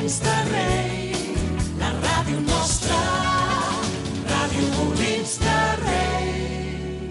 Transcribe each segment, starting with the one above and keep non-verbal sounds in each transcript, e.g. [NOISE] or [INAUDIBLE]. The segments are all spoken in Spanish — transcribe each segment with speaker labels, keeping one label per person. Speaker 1: Molins de Rei, la ràdio nostra, Ràdio Molins de Rei.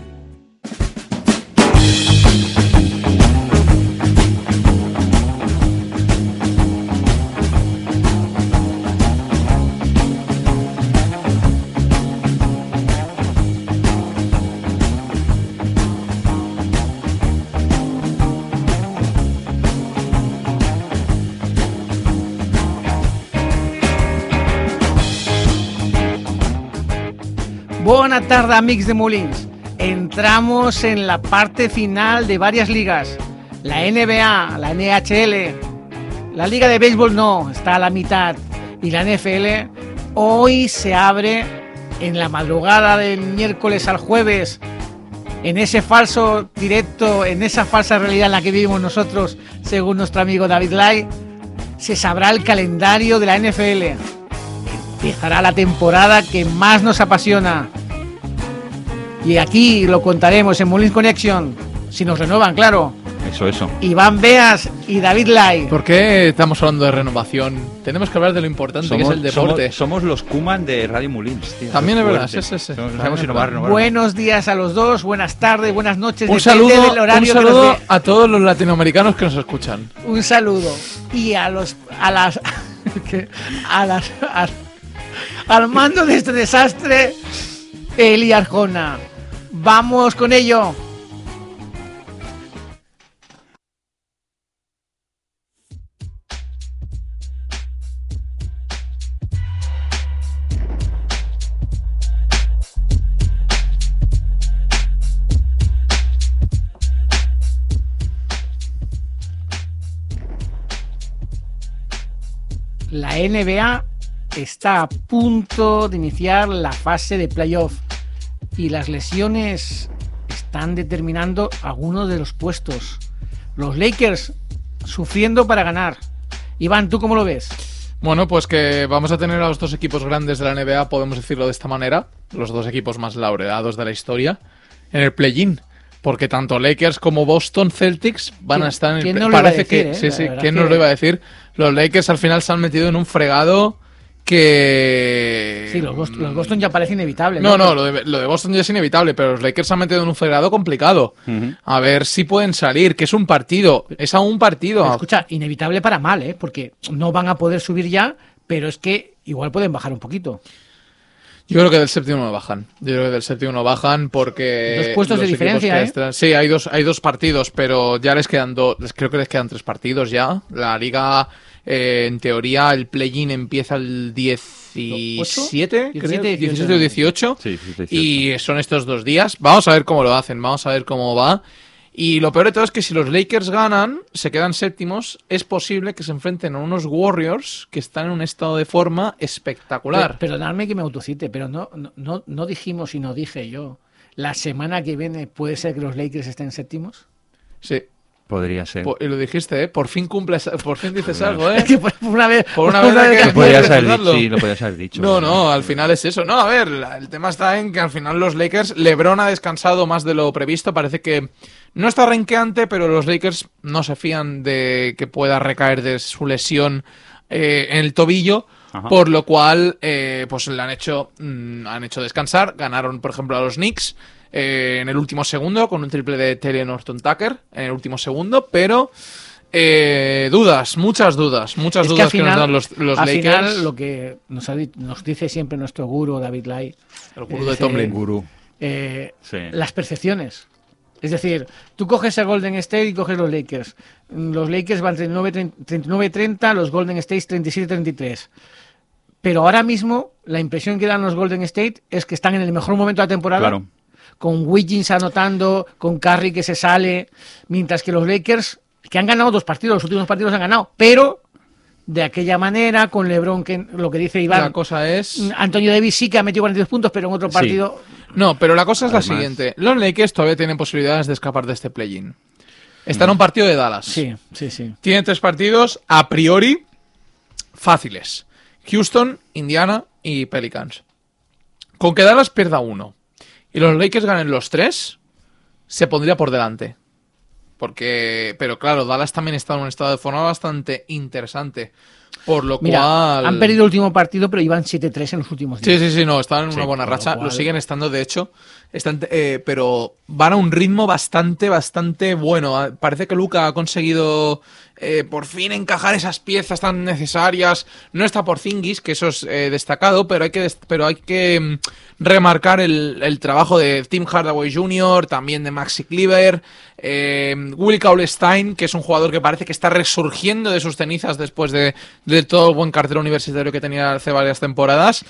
Speaker 2: Buenas tardes, amics de Molins. Entramos en la parte final de varias ligas. La NBA, la NHL, la Liga de Béisbol no, está a la mitad. Y la NFL hoy se abre en la madrugada del miércoles al jueves. En ese falso directo, en esa falsa realidad en la que vivimos nosotros, según nuestro amigo David Lai, se sabrá el calendario de la NFL empezará la temporada que más nos apasiona. Y aquí lo contaremos en Molins Connection, si nos renuevan, claro.
Speaker 3: Eso, eso.
Speaker 2: Iván Beas y David Lai.
Speaker 4: ¿Por qué estamos hablando de renovación? Tenemos que hablar de lo importante que es el deporte.
Speaker 3: Somos, somos los Kuman de Radio Mulins, tío.
Speaker 4: También
Speaker 3: Qué
Speaker 4: es verdad,
Speaker 3: fuerte.
Speaker 4: sí, sí, sí.
Speaker 3: No
Speaker 4: También
Speaker 3: sabemos
Speaker 4: es
Speaker 3: si nos va a
Speaker 4: verdad.
Speaker 3: renovar. o no.
Speaker 2: Buenos días a los dos, buenas tardes, buenas noches.
Speaker 4: Un
Speaker 2: depende
Speaker 4: saludo,
Speaker 2: del horario
Speaker 4: un
Speaker 2: que nos
Speaker 4: saludo
Speaker 2: dé.
Speaker 4: a todos los latinoamericanos que nos escuchan.
Speaker 2: Un saludo. Y a los. a las. [LAUGHS] que- a las. a- al mando de este desastre, Eli Arjona. Vamos con ello. La NBA está a punto de iniciar la fase de playoff y las lesiones están determinando algunos de los puestos. Los Lakers sufriendo para ganar. Iván, ¿tú cómo lo ves?
Speaker 4: Bueno, pues que vamos a tener a los dos equipos grandes de la NBA, podemos decirlo de esta manera, los dos equipos más laureados de la historia, en el play-in. Porque tanto Lakers como Boston Celtics van a
Speaker 2: ¿Quién-
Speaker 4: estar en el
Speaker 2: quién
Speaker 4: play-
Speaker 2: no lo iba a
Speaker 4: Parece
Speaker 2: decir,
Speaker 4: que.
Speaker 2: eh?
Speaker 4: Sí,
Speaker 2: La
Speaker 4: sí,
Speaker 2: verdad
Speaker 4: ¿quién
Speaker 2: que-
Speaker 4: nos lo iba a decir? Los Lakers al final se han metido en un fregado que.
Speaker 2: Sí, los Boston, los Boston ya parece inevitable.
Speaker 4: No, no, lo de, lo de Boston ya es inevitable, pero los Lakers se han metido en un fregado complicado.
Speaker 3: Ujú.
Speaker 4: A ver si pueden salir, que es un partido, es aún un partido.
Speaker 2: Pero escucha, inevitable para mal, ¿eh? Porque no van a poder subir ya, pero es que igual pueden bajar un poquito.
Speaker 4: Yo creo que del séptimo no bajan. Yo creo que del séptimo no bajan porque.
Speaker 2: Dos puestos de
Speaker 4: los equipos
Speaker 2: diferencia,
Speaker 4: que
Speaker 2: ¿eh?
Speaker 4: están- Sí, hay dos, hay dos partidos, pero ya les quedan dos. les- Creo que les quedan tres partidos ya. La liga, eh, en teoría, el play-in empieza el 17, creo.
Speaker 2: 17,
Speaker 4: 17 o 18.
Speaker 3: Sí, sí, sí,
Speaker 4: Y son estos dos días. Vamos a ver cómo lo hacen, vamos a ver cómo va. Y lo peor de todo es que si los Lakers ganan, se quedan séptimos, es posible que se enfrenten a unos Warriors que están en un estado de forma espectacular.
Speaker 2: Per- Perdonadme que me autocite, pero no, no- no, no dijimos y no dije yo. La semana que viene puede ser que los Lakers estén séptimos.
Speaker 4: [LAUGHS] Sí.
Speaker 3: Podría ser.
Speaker 4: Po- y lo dijiste, ¿eh? Por fin cumples, por fin dices algo, ¿eh?
Speaker 2: Es que por, por una vez.
Speaker 4: Por una vez hay que-
Speaker 3: Lo podrías haber
Speaker 4: recordarlo.
Speaker 3: dicho. Sí, lo podrías haber dicho.
Speaker 4: No, no, al final es eso. No, a ver, la- el tema está en que al final los Lakers, LeBron ha descansado más de lo previsto, parece que no está renqueante, pero los Lakers no se fían de que pueda recaer de su lesión eh, en el tobillo.
Speaker 3: Ajá.
Speaker 4: Por lo cual, eh, pues le han hecho, mm, han hecho descansar. Ganaron, por ejemplo, a los Knicks eh, en el último segundo con un triple de Terry Norton Tucker en el último segundo, pero eh, dudas, muchas dudas,
Speaker 2: Es
Speaker 4: muchas
Speaker 2: que
Speaker 4: dudas
Speaker 2: al
Speaker 4: que,
Speaker 2: final,
Speaker 4: nos dan los, los
Speaker 2: al
Speaker 4: Lakers.
Speaker 2: final lo que nos, ha di- nos dice siempre nuestro guru David Lai,
Speaker 4: El gurú de
Speaker 2: Ese-
Speaker 4: Tomlin.
Speaker 3: Gurú.
Speaker 2: eh,
Speaker 3: Sí.
Speaker 2: las percepciones. Es decir, tú coges a Golden State y coges los Lakers. Los Lakers van 39-30, los Golden State 37-33. Pero ahora mismo la impresión que dan los Golden State es que están en el mejor momento de la temporada.
Speaker 3: Claro.
Speaker 2: Con Wiggins anotando, con Curry que se sale. Mientras que los Lakers, que han ganado dos partidos, los últimos partidos han ganado. Pero de aquella manera, con LeBron, que lo que dice
Speaker 4: La
Speaker 2: Iván.
Speaker 4: cosa es.
Speaker 2: Antonio Davis sí que ha metido 42 puntos, pero en otro
Speaker 3: Sí.
Speaker 2: partido
Speaker 4: No, pero la cosa es la
Speaker 3: Además-
Speaker 4: siguiente. Los Lakers todavía tienen posibilidades de escapar de este play-in. Están en un partido de Dallas.
Speaker 2: Sí, sí, sí.
Speaker 4: Tienen tres partidos a priori fáciles: Houston, Indiana y Pelicans. Con que Dallas pierda uno y los Lakers ganen los tres, se pondría por delante. Porque, pero claro, Dallas también está en un estado de forma bastante interesante. Por lo
Speaker 2: Mira,
Speaker 4: cual.
Speaker 2: han perdido el último partido, pero iban 7-3 en los últimos
Speaker 4: Sí,
Speaker 2: días.
Speaker 4: sí, sí, no, están en
Speaker 2: Sí,
Speaker 4: una buena
Speaker 2: con lo
Speaker 4: racha, lo
Speaker 2: cual-
Speaker 4: siguen estando, de hecho, están, eh, pero van a un ritmo bastante, bastante bueno. Ah, Parece que Luca ha conseguido eh, por fin encajar esas piezas tan necesarias. No está por Zingis, que eso es eh, destacado, pero hay que, dest- pero hay que mm, remarcar el, el trabajo de Tim Hardaway Jr., también de Maxi Cleaver, eh, Will Kaulstein, que es un jugador que parece que está resurgiendo de sus cenizas después de, de todo el buen cartero universitario que tenía hace varias temporadas.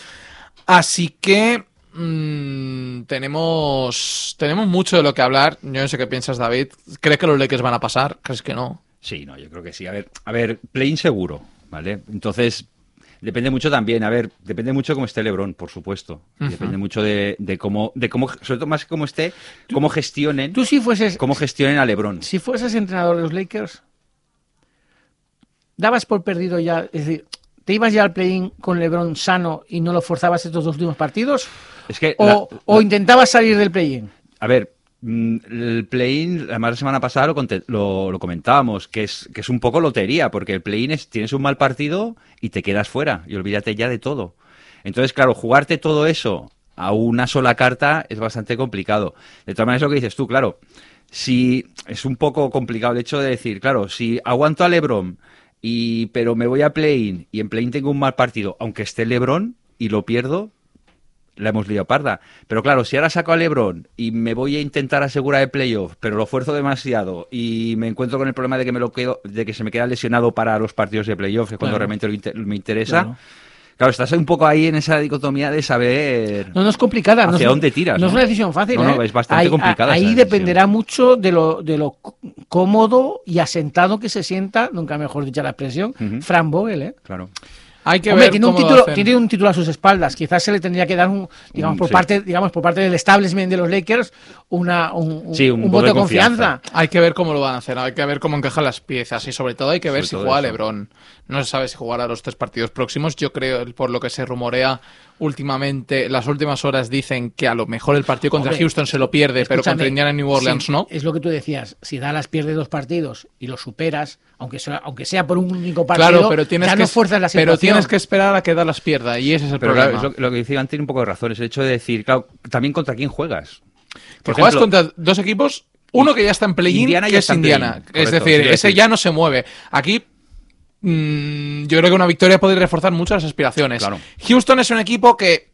Speaker 4: Así que mm, tenemos tenemos mucho de lo que hablar. Yo no sé qué piensas, David. ¿Crees que los Lakers van a pasar? ¿Crees que no?
Speaker 3: Sí, no, yo creo que sí. A ver, a ver, play seguro, ¿vale? Entonces, depende mucho también, a ver, depende mucho cómo esté Lebron, por supuesto. Y
Speaker 4: Ujú.
Speaker 3: Depende mucho de, de cómo, de cómo, sobre todo más cómo esté, cómo gestionen,
Speaker 2: Tú si fueses,
Speaker 3: cómo gestionen a Lebron.
Speaker 2: si fueses entrenador de los Lakers, dabas por perdido ya, es decir, ¿te ibas ya al play-in con LeBron sano y no lo forzabas estos dos últimos partidos?
Speaker 3: Es que,
Speaker 2: ¿O,
Speaker 3: Eh, la-
Speaker 2: o intentabas salir del play-in?
Speaker 3: a ver, mm, el play-in, además la semana pasada lo, conte- lo, lo comentábamos, que es, que es un poco lotería, porque el play-in es, tienes un mal partido y te quedas fuera, y olvídate ya de todo. Entonces, claro, jugarte todo eso a una sola carta es bastante complicado. De todas maneras, lo que dices tú, claro, si es un poco complicado el hecho de decir, claro, si aguanto a LeBron y pero me voy a play-in y en play-in tengo un mal partido, aunque esté LeBron y lo pierdo, la hemos liado parda. Pero claro, si ahora saco a LeBron y me voy a intentar asegurar el playoff, pero lo esfuerzo demasiado y me encuentro con el problema de que me lo quedo, de que se me queda lesionado para los partidos de playoff, que es cuando
Speaker 4: Claro.
Speaker 3: realmente lo inter- me interesa.
Speaker 2: Claro.
Speaker 3: Claro. estás un poco ahí en esa dicotomía de saber.
Speaker 2: No, no es complicada. no
Speaker 3: ¿Hacia
Speaker 2: es-
Speaker 3: dónde tiras,
Speaker 2: No, es
Speaker 3: no?
Speaker 2: una decisión fácil.
Speaker 3: No, no,
Speaker 2: ¿eh?
Speaker 3: es bastante
Speaker 2: ahí,
Speaker 3: complicada
Speaker 2: Ahí
Speaker 3: esa decisión.
Speaker 2: dependerá mucho de lo, de lo c- cómodo y asentado que se sienta, nunca mejor dicha la expresión,
Speaker 3: Ujú.
Speaker 2: Fran Vogel. ¿eh?
Speaker 3: Claro.
Speaker 4: Hay que
Speaker 2: Hombre,
Speaker 4: ver
Speaker 2: tiene, un
Speaker 4: cómo lo
Speaker 2: título,
Speaker 4: hacen. Mm,
Speaker 2: tiene un título a sus espaldas. Quizás se le tendría que dar, un, digamos,
Speaker 3: Un-
Speaker 2: por
Speaker 3: sí.
Speaker 2: parte, digamos, por parte del establishment de los Lakers, una, un, un-
Speaker 3: Sí,
Speaker 2: un voto de confianza.
Speaker 4: Hay que ver cómo lo van a hacer, hay que ver cómo encajan las piezas y sobre todo hay que ver
Speaker 3: Sobre
Speaker 4: si
Speaker 3: todo
Speaker 4: juega
Speaker 3: eso.
Speaker 4: LeBron. No se sabe si jugará los tres partidos próximos. Yo creo, por lo que se rumorea últimamente, las últimas horas dicen que a lo mejor el partido contra
Speaker 2: Hombre,
Speaker 4: Houston se lo pierde, pero
Speaker 2: Escúchame,
Speaker 4: contra Indiana y New Orleans
Speaker 2: sí,
Speaker 4: no.
Speaker 2: Es lo que tú decías. Si Dallas pierde dos partidos y los superas, aunque sea, aunque sea por un único partido,
Speaker 4: Claro, pero tienes
Speaker 2: ya
Speaker 4: que
Speaker 2: no fuerzas la
Speaker 4: pero
Speaker 2: situación.
Speaker 4: tienes que esperar a que Dallas pierda y ese es el
Speaker 3: Pero claro,
Speaker 4: problema.
Speaker 3: es lo, lo que decía antes tiene un poco de razón. Es el hecho de decir, claro, también contra quién juegas. [LAUGHS]
Speaker 4: Que
Speaker 3: Por
Speaker 4: juegas
Speaker 3: ejemplo,
Speaker 4: contra dos equipos, uno que ya está en play-in,
Speaker 3: Indiana
Speaker 4: que
Speaker 3: ya
Speaker 4: es
Speaker 3: está en
Speaker 4: Indiana.
Speaker 3: play-in,
Speaker 4: es
Speaker 3: correcto,
Speaker 4: decir,
Speaker 3: quiero
Speaker 4: ese
Speaker 3: decir.
Speaker 4: ya no se mueve. Aquí mm, yo creo que una victoria puede reforzar mucho las aspiraciones.
Speaker 3: Claro.
Speaker 4: Houston es un equipo que,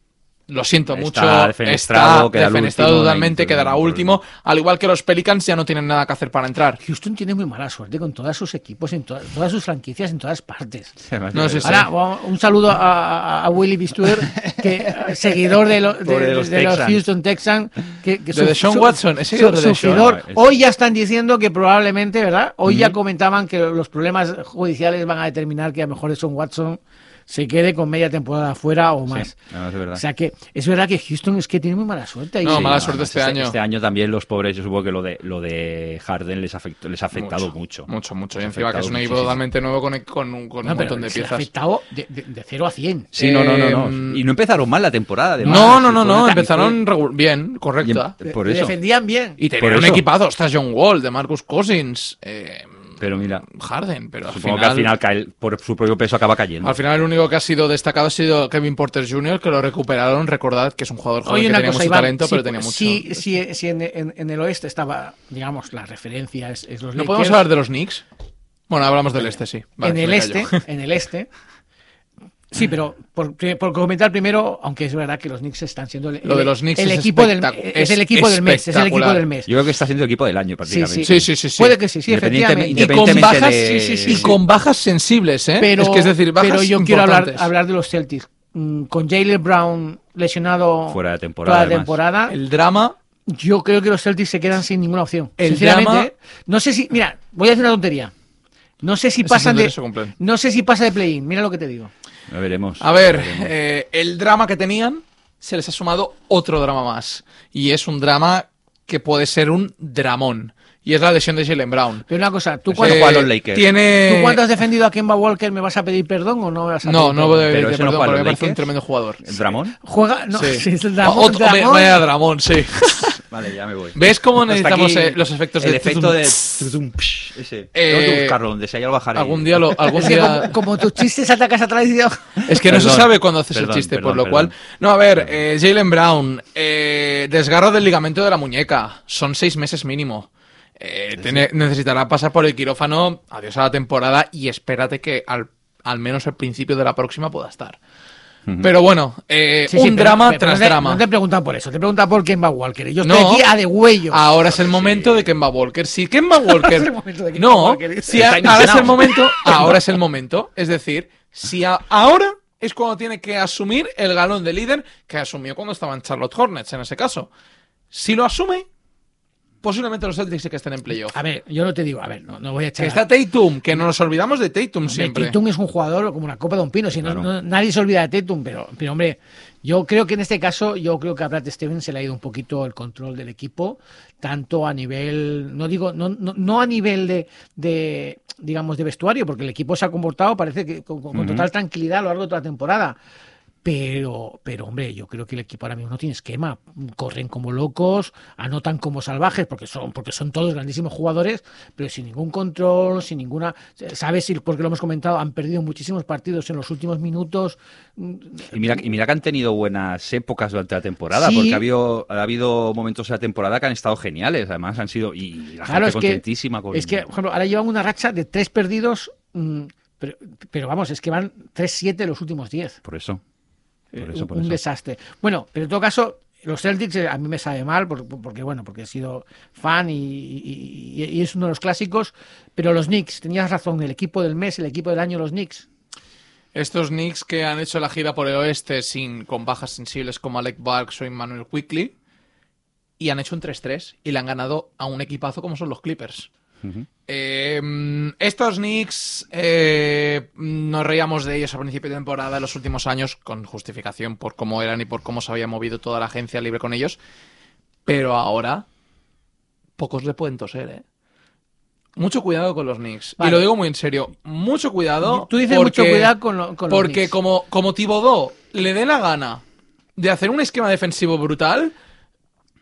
Speaker 4: lo siento
Speaker 3: Está
Speaker 4: mucho,
Speaker 3: defenestrado,
Speaker 4: está
Speaker 3: queda el
Speaker 4: defenestrado
Speaker 3: último,
Speaker 4: totalmente,
Speaker 3: ahí,
Speaker 4: quedará
Speaker 3: por-
Speaker 4: último. Al igual que los Pelicans ya no tienen nada que hacer para entrar.
Speaker 2: Houston tiene muy mala suerte con todos sus equipos, en todas, todas sus franquicias, en todas partes.
Speaker 4: No sé si-
Speaker 2: Ahora, vamos- un saludo a, a- a Willy Bistuer, que eh, seguidor de, lo- de-
Speaker 3: Pobre de los
Speaker 2: de los
Speaker 3: Texans.
Speaker 2: Houston Texans, que, que
Speaker 4: De Deshaun Watson, es seguidor de Deshaun.
Speaker 2: sufridor.
Speaker 3: No, es-
Speaker 2: Hoy ya están diciendo que probablemente, ¿verdad? Hoy ya comentaban que los problemas judiciales van a determinar que a lo mejor Deshaun Watson se quede con media temporada fuera o más.
Speaker 3: además es verdad.
Speaker 2: O sea que es verdad que Houston es que tiene muy mala suerte. ahí.
Speaker 4: No,
Speaker 3: Sí,
Speaker 4: mala
Speaker 3: además,
Speaker 4: suerte este año.
Speaker 3: Este año también los pobres, yo supongo que lo de, lo de Harden les, afectó- les ha afectado mucho.
Speaker 4: Mucho, mucho. Y
Speaker 3: Les ha
Speaker 4: encima
Speaker 3: afectado
Speaker 4: que es un equipo
Speaker 3: muchísimo.
Speaker 4: totalmente nuevo con, con- con
Speaker 2: No,
Speaker 4: un
Speaker 2: pero
Speaker 4: montón de
Speaker 2: se le ha
Speaker 4: piezas.
Speaker 2: afectado de, de, de 0 a 100.
Speaker 3: Sí, no, no, no,
Speaker 4: Em,
Speaker 3: no. Y no empezaron mal la temporada, además.
Speaker 4: No, no,
Speaker 3: Sí,
Speaker 4: no,
Speaker 3: fue
Speaker 4: no.
Speaker 3: una-
Speaker 4: Empezaron regu- bien, correcta.
Speaker 3: Y em- por
Speaker 2: Le
Speaker 3: eso.
Speaker 2: defendían bien.
Speaker 4: Y
Speaker 3: por
Speaker 4: tenían un
Speaker 3: eso.
Speaker 4: equipado. Está John Wall, de Marcus Cousins, eh,
Speaker 3: Pero mira,
Speaker 4: Harden, pero al
Speaker 3: supongo
Speaker 4: final,
Speaker 3: que al final cae- por su propio peso acaba cayendo.
Speaker 4: Al final el único que ha sido destacado ha sido Kevin Porter Jr., que lo recuperaron. Recordad que es un jugador joven
Speaker 2: Oye,
Speaker 4: que
Speaker 2: una
Speaker 4: tenía
Speaker 2: cosa,
Speaker 4: mucho
Speaker 2: Iván,
Speaker 4: talento,
Speaker 2: si,
Speaker 4: pero tenía mucho...
Speaker 2: si, si- si en, en- en el oeste estaba, digamos, la referencia es, es los
Speaker 4: ¿No
Speaker 2: Lakers,
Speaker 4: podemos hablar de los Knicks? Bueno, hablamos del este, sí. Vale,
Speaker 2: en el
Speaker 4: me callo.
Speaker 2: este, en el este. Sí, pero por, por comentar primero, aunque es verdad que los Knicks están siendo el,
Speaker 4: Lo de los Knicks
Speaker 2: el
Speaker 4: es
Speaker 2: equipo del
Speaker 4: espectac-
Speaker 2: es el
Speaker 4: es
Speaker 2: equipo del mes, es el equipo
Speaker 4: espectacular.
Speaker 2: del mes.
Speaker 3: Yo creo que está siendo el equipo del año,
Speaker 2: Sí,
Speaker 3: prácticamente.
Speaker 2: sí.
Speaker 4: Sí, sí, sí, sí.
Speaker 2: Puede que sí, sí,
Speaker 3: Independiente-
Speaker 2: efectivamente.
Speaker 4: Y con
Speaker 3: Independientemente
Speaker 4: bajas,
Speaker 3: de-
Speaker 4: sí, sí, sí,
Speaker 2: sí.
Speaker 4: y con bajas sensibles, ¿eh?
Speaker 2: Pero,
Speaker 4: es que es decir, bajas
Speaker 2: pero yo quiero hablar,
Speaker 4: importantes.
Speaker 2: hablar de los Celtics. Mm, Con Jalen Brown lesionado
Speaker 3: Fuera de temporada,
Speaker 2: toda la
Speaker 3: además.
Speaker 2: temporada,
Speaker 4: El drama...
Speaker 2: Yo creo que los Celtics se quedan sin ninguna opción.
Speaker 4: El
Speaker 2: Sinceramente,
Speaker 4: drama-
Speaker 2: ¿eh? no sé si, mira, voy a decir una tontería. No sé si
Speaker 4: Esas
Speaker 2: pasan de
Speaker 4: tonterías se cumplen.
Speaker 2: no sé si pasa de play-in, mira lo que te digo.
Speaker 3: Ya veremos.
Speaker 4: A ver,
Speaker 3: Ya veremos.
Speaker 4: eh, el drama que tenían se les ha sumado otro drama más. Y es un drama que puede ser un dramón. Y es la lesión de Jalen Brown. Eh,
Speaker 2: Pero una cosa, tú
Speaker 3: Eso
Speaker 2: cuando,
Speaker 3: no juega a los Lakers.
Speaker 4: Tiene...
Speaker 2: tú cuando has defendido a Kemba Walker me vas a pedir perdón o no me vas a pedir
Speaker 4: No, no
Speaker 2: perdón?
Speaker 4: voy a
Speaker 3: Pero
Speaker 4: pedir
Speaker 3: ese no
Speaker 4: perdón,
Speaker 3: juega
Speaker 4: pero
Speaker 3: a
Speaker 4: me
Speaker 3: los
Speaker 4: parece un
Speaker 3: Lakers.
Speaker 4: tremendo jugador.
Speaker 3: ¿El Dramón?
Speaker 2: [LAUGHS] Juega, no,
Speaker 4: Sí.
Speaker 2: sí, es el Dramón,
Speaker 4: Otro-
Speaker 2: Dramón.
Speaker 3: [LAUGHS]
Speaker 4: Vaya Dramón, sí.
Speaker 3: Vale, ya me voy.
Speaker 4: ¿Ves cómo
Speaker 3: Hasta
Speaker 4: necesitamos,
Speaker 3: aquí
Speaker 4: eh, los efectos
Speaker 3: el
Speaker 4: de
Speaker 3: efecto
Speaker 4: tutum?
Speaker 3: de tutum, psh, ese.
Speaker 4: Eh,
Speaker 3: Tengo que buscarlo donde sea, ya lo bajaré.
Speaker 4: Algún día
Speaker 3: [LAUGHS]
Speaker 4: lo, algún
Speaker 2: Es que
Speaker 4: día
Speaker 2: como, como tus chistes atacas a
Speaker 4: [LAUGHS]
Speaker 2: traición.
Speaker 4: Es que no se
Speaker 3: Perdón,
Speaker 4: sabe cuándo haces el
Speaker 3: perdón,
Speaker 4: chiste, por
Speaker 3: perdón,
Speaker 4: lo
Speaker 3: perdón.
Speaker 4: cual. No, a ver, eh, Jalen Brown, eh, desgarro del ligamento de la muñeca. Son seis meses mínimo. Eh, tiene- necesitará pasar por el quirófano. Adiós a la temporada y espérate que al, al menos al principio de la próxima pueda estar. Pero bueno, eh,
Speaker 2: Sí, sí,
Speaker 4: un
Speaker 2: pero-
Speaker 4: drama
Speaker 2: pero no
Speaker 4: tras
Speaker 2: te-
Speaker 4: drama.
Speaker 2: No te preguntan por eso, te preguntan por Kemba Walker. Yo estoy
Speaker 4: No. Ah,
Speaker 2: aquí a de huello.
Speaker 4: Ahora es el momento de Kemba Walker. Si Kemba
Speaker 2: [LAUGHS]
Speaker 4: Walker.
Speaker 2: Es el momento de Kemba
Speaker 4: no,
Speaker 2: Walker.
Speaker 4: si a-
Speaker 3: Está
Speaker 4: ahora es el
Speaker 2: [LAUGHS]
Speaker 3: emocionado.
Speaker 4: momento. Ahora es el momento. Es decir, si a- ahora es cuando tiene que asumir el galón de líder que asumió cuando estaba en Charlotte Hornets, en ese caso. Si lo asume, posiblemente los Celtics sí que estén en playoff.
Speaker 2: A ver, yo no te digo, a ver, no, no voy a echar.
Speaker 4: Que está Tatum, que no nos olvidamos de Tatum
Speaker 2: Hombre,
Speaker 4: siempre.
Speaker 2: Tatum es un jugador como una copa de un pino, si no-
Speaker 3: Claro.
Speaker 2: no- nadie se olvida de Tatum, pero, pero hombre, yo creo que en este caso, yo creo que a Brad Stevens se le ha ido un poquito el control del equipo, tanto a nivel, no digo, no, no, no a nivel de, de, digamos, de vestuario, porque el equipo se ha comportado, parece que con, con- con
Speaker 3: Ujú.
Speaker 2: total tranquilidad a lo largo de toda la temporada. Pero, pero hombre, yo creo que el equipo ahora mismo no tiene esquema. Corren como locos, anotan como salvajes, porque son, porque son todos grandísimos jugadores, pero sin ningún control, sin ninguna. ¿Sabes? Y Porque lo hemos comentado, han perdido muchísimos partidos en los últimos minutos.
Speaker 3: Y mira, y mira que han tenido buenas épocas durante la temporada,
Speaker 2: Sí.
Speaker 3: porque ha habido, ha habido momentos de la temporada que han estado geniales, además han sido, y la
Speaker 2: Claro,
Speaker 3: gente
Speaker 2: es que-
Speaker 3: contentísima con...
Speaker 2: Es que, por ejemplo, ahora llevan una racha de tres perdidos, mm, pero, pero vamos, es que van 3-7 los últimos 10.
Speaker 3: Por eso. Por
Speaker 2: Eh,
Speaker 3: eso,
Speaker 2: un-
Speaker 3: por
Speaker 2: un
Speaker 3: eso.
Speaker 2: desastre. Bueno, pero en todo caso, los Celtics eh, a mí me sabe mal por- por- porque, bueno, porque he sido fan y, y- y- y es uno de los clásicos. Pero los Knicks, tenías razón, el equipo del mes, el equipo del año, los Knicks.
Speaker 4: Estos Knicks que han hecho la gira por el oeste sin, con bajas sensibles como Alec Barks o Emmanuel Quickly y han hecho un 3-3 y le han ganado a un equipazo como son los Clippers.
Speaker 3: Ujú.
Speaker 4: Eh, estos Knicks eh, nos reíamos de ellos a principio de temporada en los últimos años con justificación por cómo eran y por cómo se había movido toda la agencia libre con ellos. Pero ahora pocos le pueden toser, ¿eh? Mucho cuidado con los Knicks.
Speaker 2: Vale.
Speaker 4: Y lo digo muy en serio. Mucho cuidado.
Speaker 2: Tú dices mucho
Speaker 4: porque-
Speaker 2: cuidado con, lo- con los
Speaker 4: porque
Speaker 2: Knicks.
Speaker 4: como, como Thibodeau le dé la gana de hacer un esquema defensivo brutal,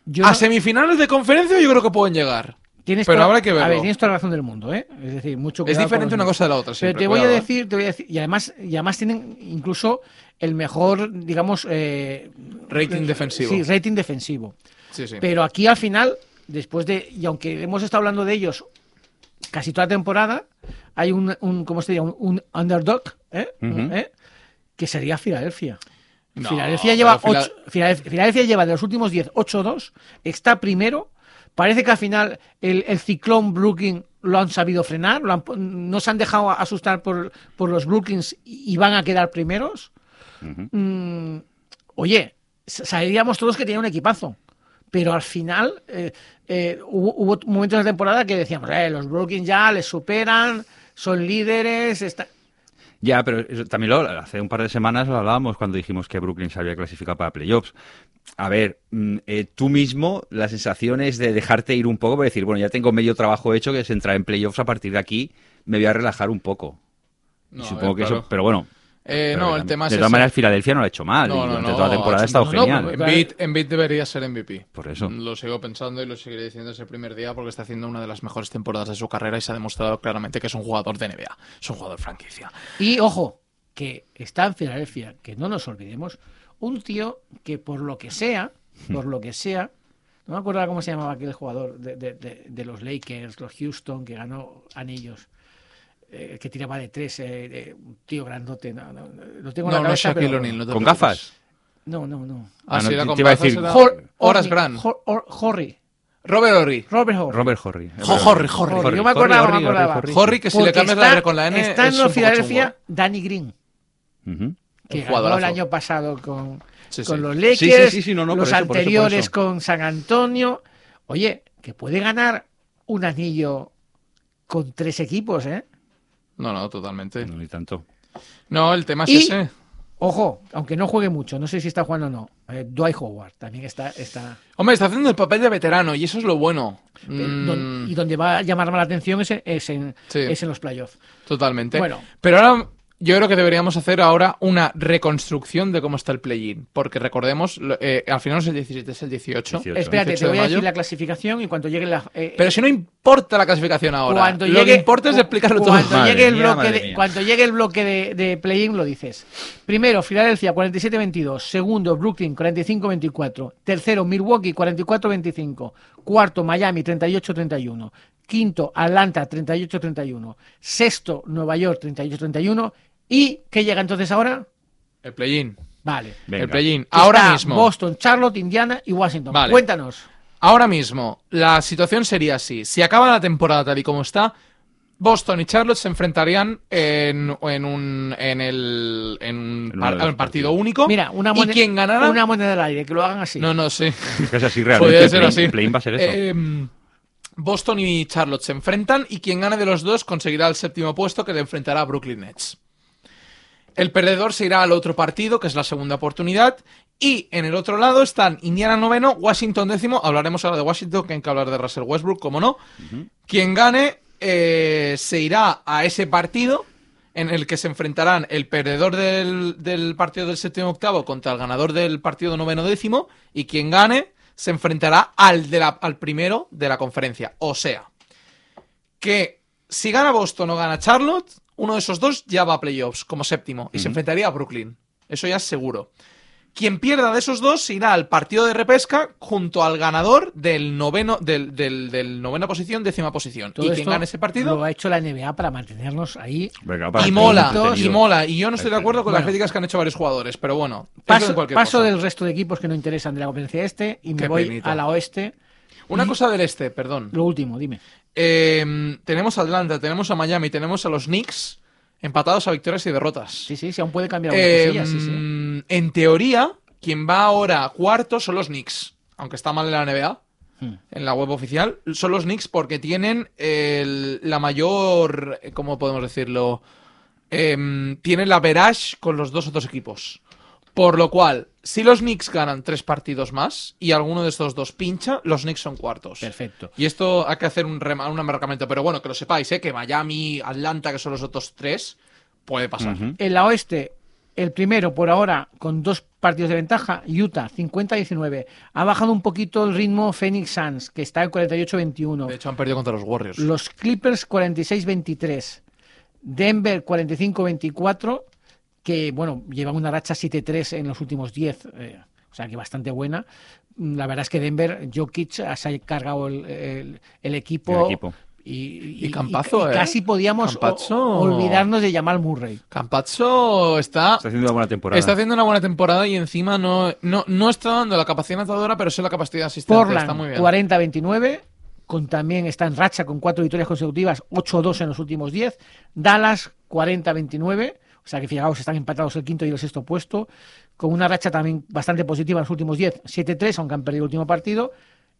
Speaker 2: Yo
Speaker 4: a
Speaker 2: no-
Speaker 4: semifinales de conferencia yo creo que pueden llegar.
Speaker 2: tienes
Speaker 4: Ah, pero
Speaker 2: toda-
Speaker 4: habrá que
Speaker 2: A ver,
Speaker 4: verlo.
Speaker 2: tienes toda la razón del mundo, ¿eh? Es decir, mucho
Speaker 4: Es
Speaker 2: cuidado con
Speaker 4: diferente
Speaker 2: los
Speaker 4: una
Speaker 2: Knicks.
Speaker 4: cosa de la otra.
Speaker 2: Pero
Speaker 4: siempre,
Speaker 2: te voy a
Speaker 4: cuidado, ¿eh?
Speaker 2: decir, te voy a decir, y además, y además tienen incluso el mejor, digamos, eh,
Speaker 4: Rating defensivo.
Speaker 2: Sí, rating defensivo.
Speaker 4: Sí, sí.
Speaker 2: Pero aquí al final, después de. Y aunque hemos estado hablando de ellos casi toda la temporada, hay un, un ¿cómo se diría? Un, un underdog, ¿eh?
Speaker 3: Ujú.
Speaker 2: ¿Eh? Que sería Filadelfia.
Speaker 4: No,
Speaker 2: Filadelfia lleva
Speaker 4: pero Fila-
Speaker 2: ocho- Filade- Filadelfia lleva de los últimos 10 8-2, está primero. Parece que al final el, el ciclón Brooklyn lo han sabido frenar, lo han po- no se han dejado asustar por, por los Brooklyns y y van a quedar primeros.
Speaker 3: Ujú.
Speaker 2: Mm, oye, sa- sabíamos todos que tenía un equipazo, pero al final eh, eh, hubo, hubo momentos de la temporada que decíamos, "Eh, los Brooklyns ya les superan, son líderes, está...
Speaker 3: Ya, pero eso también lo, hace un par de semanas lo hablábamos cuando dijimos que Brooklyn se había clasificado para playoffs. A ver, mm, eh, tú mismo la sensación es de dejarte ir un poco para decir, bueno, ya tengo medio trabajo hecho que es entrar en playoffs a partir de aquí, me voy a relajar un poco. Y
Speaker 4: No, a
Speaker 3: supongo
Speaker 4: ver,
Speaker 3: que
Speaker 4: claro.
Speaker 3: eso, pero bueno.
Speaker 4: Eh,
Speaker 3: pero
Speaker 4: no,
Speaker 3: que
Speaker 4: el
Speaker 3: tam-
Speaker 4: tema es
Speaker 3: de todas
Speaker 4: ese.
Speaker 3: maneras, Filadelfia no lo ha hecho mal.
Speaker 4: No,
Speaker 3: y
Speaker 4: no,
Speaker 3: durante
Speaker 4: no,
Speaker 3: toda la temporada
Speaker 4: ha
Speaker 3: ha
Speaker 4: hecho-
Speaker 3: estado
Speaker 2: no, no,
Speaker 3: genial.
Speaker 2: pero-
Speaker 4: Embiid, Embiid debería ser MVP.
Speaker 3: Por eso.
Speaker 4: Lo sigo pensando y lo seguiré diciendo ese primer día porque está haciendo una de las mejores temporadas de su carrera y se ha demostrado claramente que es un jugador de NBA. Es un jugador franquicia.
Speaker 2: Y ojo, que está en Filadelfia, que no nos olvidemos, un tío que por lo que sea, por lo que sea, no me acuerdo ahora cómo se llamaba aquel jugador de, de- de- de los Lakers, los Houston, que ganó anillos, eh, que tiraba de tres, eh, eh, un tío grandote, no, no, no, lo tengo
Speaker 4: No,
Speaker 2: en la
Speaker 4: no es
Speaker 2: cabeza.
Speaker 4: Shaquille
Speaker 2: pero-
Speaker 4: O'Neal. no te
Speaker 3: ¿Con
Speaker 4: preocupes.
Speaker 3: gafas?
Speaker 2: No, no, no.
Speaker 4: Ah,
Speaker 3: Ah, no,
Speaker 4: sí,
Speaker 3: te-
Speaker 4: era con
Speaker 3: te iba a
Speaker 4: gafas,
Speaker 3: decir-
Speaker 4: era-
Speaker 2: Hor-
Speaker 4: Horace
Speaker 2: Horry-
Speaker 4: Grant.
Speaker 2: Hor- Hor- Horry,
Speaker 4: Robert Horry.
Speaker 2: Robert Horry.
Speaker 3: Robert Horry.
Speaker 4: Horry, Horry.
Speaker 2: Yo me acordaba, me acordaba.
Speaker 4: Horry, que si le
Speaker 2: Porque
Speaker 4: cambias la
Speaker 2: está-
Speaker 4: R con la N.
Speaker 2: Está en
Speaker 4: es
Speaker 2: los
Speaker 4: un poco chungo,
Speaker 2: Filadelfia
Speaker 4: ¿eh?
Speaker 2: Danny Green,
Speaker 3: Ujú.
Speaker 2: que
Speaker 4: Un
Speaker 2: ganó el
Speaker 4: jugadorazo.
Speaker 2: año pasado con,
Speaker 4: ¿eh? Sí,
Speaker 2: con
Speaker 4: sí.
Speaker 2: los
Speaker 3: Sí,
Speaker 2: Lakers,
Speaker 3: sí, sí, sí, no, no, por
Speaker 2: los
Speaker 3: eso, por eso, por
Speaker 2: anteriores
Speaker 3: eso.
Speaker 2: con San Antonio. Oye, que puede ganar un anillo con tres equipos, ¿eh?
Speaker 4: No, no, totalmente.
Speaker 3: No, ni tanto.
Speaker 4: No, el tema es
Speaker 2: Y-
Speaker 4: ese.
Speaker 2: Ojo, aunque no juegue mucho, no sé si está jugando o no. Eh, Dwight Howard también está. está
Speaker 4: Hombre, está haciendo el papel de veterano y eso es lo bueno.
Speaker 2: eh, don-
Speaker 4: Mm,
Speaker 2: y donde va a llamar más la atención es, en- es en,
Speaker 4: Sí.
Speaker 2: es en los playoffs.
Speaker 4: Totalmente.
Speaker 2: Bueno.
Speaker 4: Pero ahora yo creo que deberíamos hacer ahora una reconstrucción de cómo está el play-in. Porque recordemos, lo- eh, al final no es el 17, es el 18.
Speaker 3: 18.
Speaker 2: Espérate,
Speaker 4: 18
Speaker 2: te
Speaker 4: de
Speaker 2: voy a
Speaker 4: mayo.
Speaker 2: decir la clasificación y cuando llegue la. eh,
Speaker 4: Pero si no importa la clasificación ahora.
Speaker 2: cuando
Speaker 4: lo
Speaker 2: llegue,
Speaker 4: que importa es
Speaker 2: cu-
Speaker 4: explicarlo todo.
Speaker 2: cuando
Speaker 3: Madre
Speaker 2: Llegue el
Speaker 3: mía,
Speaker 2: bloque
Speaker 3: madre
Speaker 2: de,
Speaker 3: mía.
Speaker 2: cuando llegue el bloque de, de play-in lo dices. Primero, Filadelfia 47-22. Segundo, Brooklyn 45-24. Tercero, Milwaukee 44-25. Cuarto, Miami 38-31. Quinto, Atlanta 38-31. Sexto, Nueva York 38-31. ¿Y qué llega entonces ahora?
Speaker 4: El play-in.
Speaker 2: Vale.
Speaker 3: Venga.
Speaker 4: El play-in. Ahora
Speaker 2: Está
Speaker 4: mismo.
Speaker 2: Boston, Charlotte, Indiana y Washington.
Speaker 4: Vale.
Speaker 2: Cuéntanos.
Speaker 4: Ahora mismo, la situación sería así. Si acaba la temporada tal y como está, Boston y Charlotte se enfrentarían en, en un, en el, en un
Speaker 3: En uno
Speaker 4: par-
Speaker 3: de los
Speaker 4: un partido
Speaker 3: partidos.
Speaker 4: único.
Speaker 2: Mira, una
Speaker 4: ¿Y
Speaker 2: moneda,
Speaker 4: quién ganará?
Speaker 2: una moneda del aire, que lo hagan así.
Speaker 4: No, no, sí.
Speaker 3: Es que es así realmente.
Speaker 4: Podría
Speaker 3: El
Speaker 4: ser
Speaker 3: play-in-
Speaker 4: así.
Speaker 3: el play-in va a ser eso.
Speaker 4: Eh, Boston y Charlotte se enfrentan y quien gane de los dos conseguirá el séptimo puesto que le enfrentará a Brooklyn Nets. El perdedor se irá al otro partido, que es la segunda oportunidad. Y en el otro lado están Indiana noveno, Washington décimo. Hablaremos ahora de Washington, que hay que hablar de Russell Westbrook, como no. Quien gane eh, se irá a ese partido en el que se enfrentarán el perdedor del, del partido del séptimo octavo contra el ganador del partido noveno décimo. Y quien gane se enfrentará al, de la- al primero de la conferencia. O sea, que si gana Boston o gana Charlotte, uno de esos dos ya va a playoffs como séptimo y se enfrentaría a Brooklyn. Eso ya es seguro. Quien pierda de esos dos irá al partido de repesca junto al ganador del noveno, del, del- del novena posición, décima posición.
Speaker 2: Todo
Speaker 4: y quien
Speaker 2: esto
Speaker 4: gane ese
Speaker 2: Lo
Speaker 4: partido.
Speaker 2: ha hecho la NBA para mantenernos ahí.
Speaker 3: Venga, para
Speaker 4: Y
Speaker 3: el
Speaker 4: mola,
Speaker 3: play-in
Speaker 4: y
Speaker 3: entretenido.
Speaker 4: mola. Y yo no estoy de acuerdo con las
Speaker 2: Bueno.
Speaker 4: críticas que han hecho varios jugadores, pero bueno. eso en
Speaker 2: Paso,
Speaker 4: cualquier
Speaker 2: paso
Speaker 4: cosa.
Speaker 2: del resto de equipos que no interesan de la conferencia este y me
Speaker 4: Qué
Speaker 2: voy
Speaker 4: penita.
Speaker 2: a la oeste.
Speaker 4: Una cosa del este, perdón.
Speaker 2: Lo último, dime.
Speaker 4: Eh, tenemos a Atlanta, tenemos a Miami, tenemos a los Knicks empatados a victorias y derrotas.
Speaker 2: Sí, sí, sí, aún puede cambiar alguna
Speaker 4: Eh,
Speaker 2: cosilla, sí, sí.
Speaker 4: mm, En teoría, quien va ahora cuarto son los Knicks, aunque está mal en la NBA,
Speaker 2: Hmm.
Speaker 4: en la web oficial, son los Knicks porque tienen el- la mayor, eh, ¿cómo podemos decirlo? Em, tienen la verage con los dos otros equipos. Por lo cual, si los Knicks ganan tres partidos más y alguno de estos dos pincha, los Knicks son cuartos.
Speaker 2: Perfecto.
Speaker 4: Y esto hay que hacer un, rema- un marcamiento, pero bueno, que lo sepáis, ¿eh? que Miami, Atlanta, que son los otros tres, puede pasar.
Speaker 3: Ujú.
Speaker 2: En la oeste, el primero por ahora con dos partidos de ventaja, Utah 50-19. Ha bajado un poquito el ritmo Phoenix Suns, que está en
Speaker 4: De
Speaker 2: 48-21.
Speaker 4: hecho, han perdido contra los Warriors.
Speaker 2: Los Clippers 46-23. Denver 45-24, que bueno, lleva una racha 7-3 en los últimos 10, eh, o sea que bastante buena. Mm, La verdad es que Denver, Jokic ah, se ha cargado el, el- el equipo.
Speaker 3: El equipo.
Speaker 2: Y,
Speaker 4: Y Campazzo,
Speaker 2: y
Speaker 4: ¿eh?
Speaker 2: casi podíamos o-
Speaker 4: Campazzo.
Speaker 2: olvidarnos de llamar Murray.
Speaker 4: Campazzo está,
Speaker 3: Está haciendo una buena temporada.
Speaker 4: está haciendo una buena temporada y encima no, no, no está dando la capacidad atadora, pero sí la capacidad asistente. está muy
Speaker 2: Portland
Speaker 4: bien.
Speaker 2: 40-29, con también está en racha con cuatro victorias consecutivas, 8-2 en los últimos 10. Dallas 40-29, o sea que fijaos, están empatados el quinto y el sexto puesto, con una racha también bastante positiva en los últimos 10, 7-3, aunque han perdido el último partido.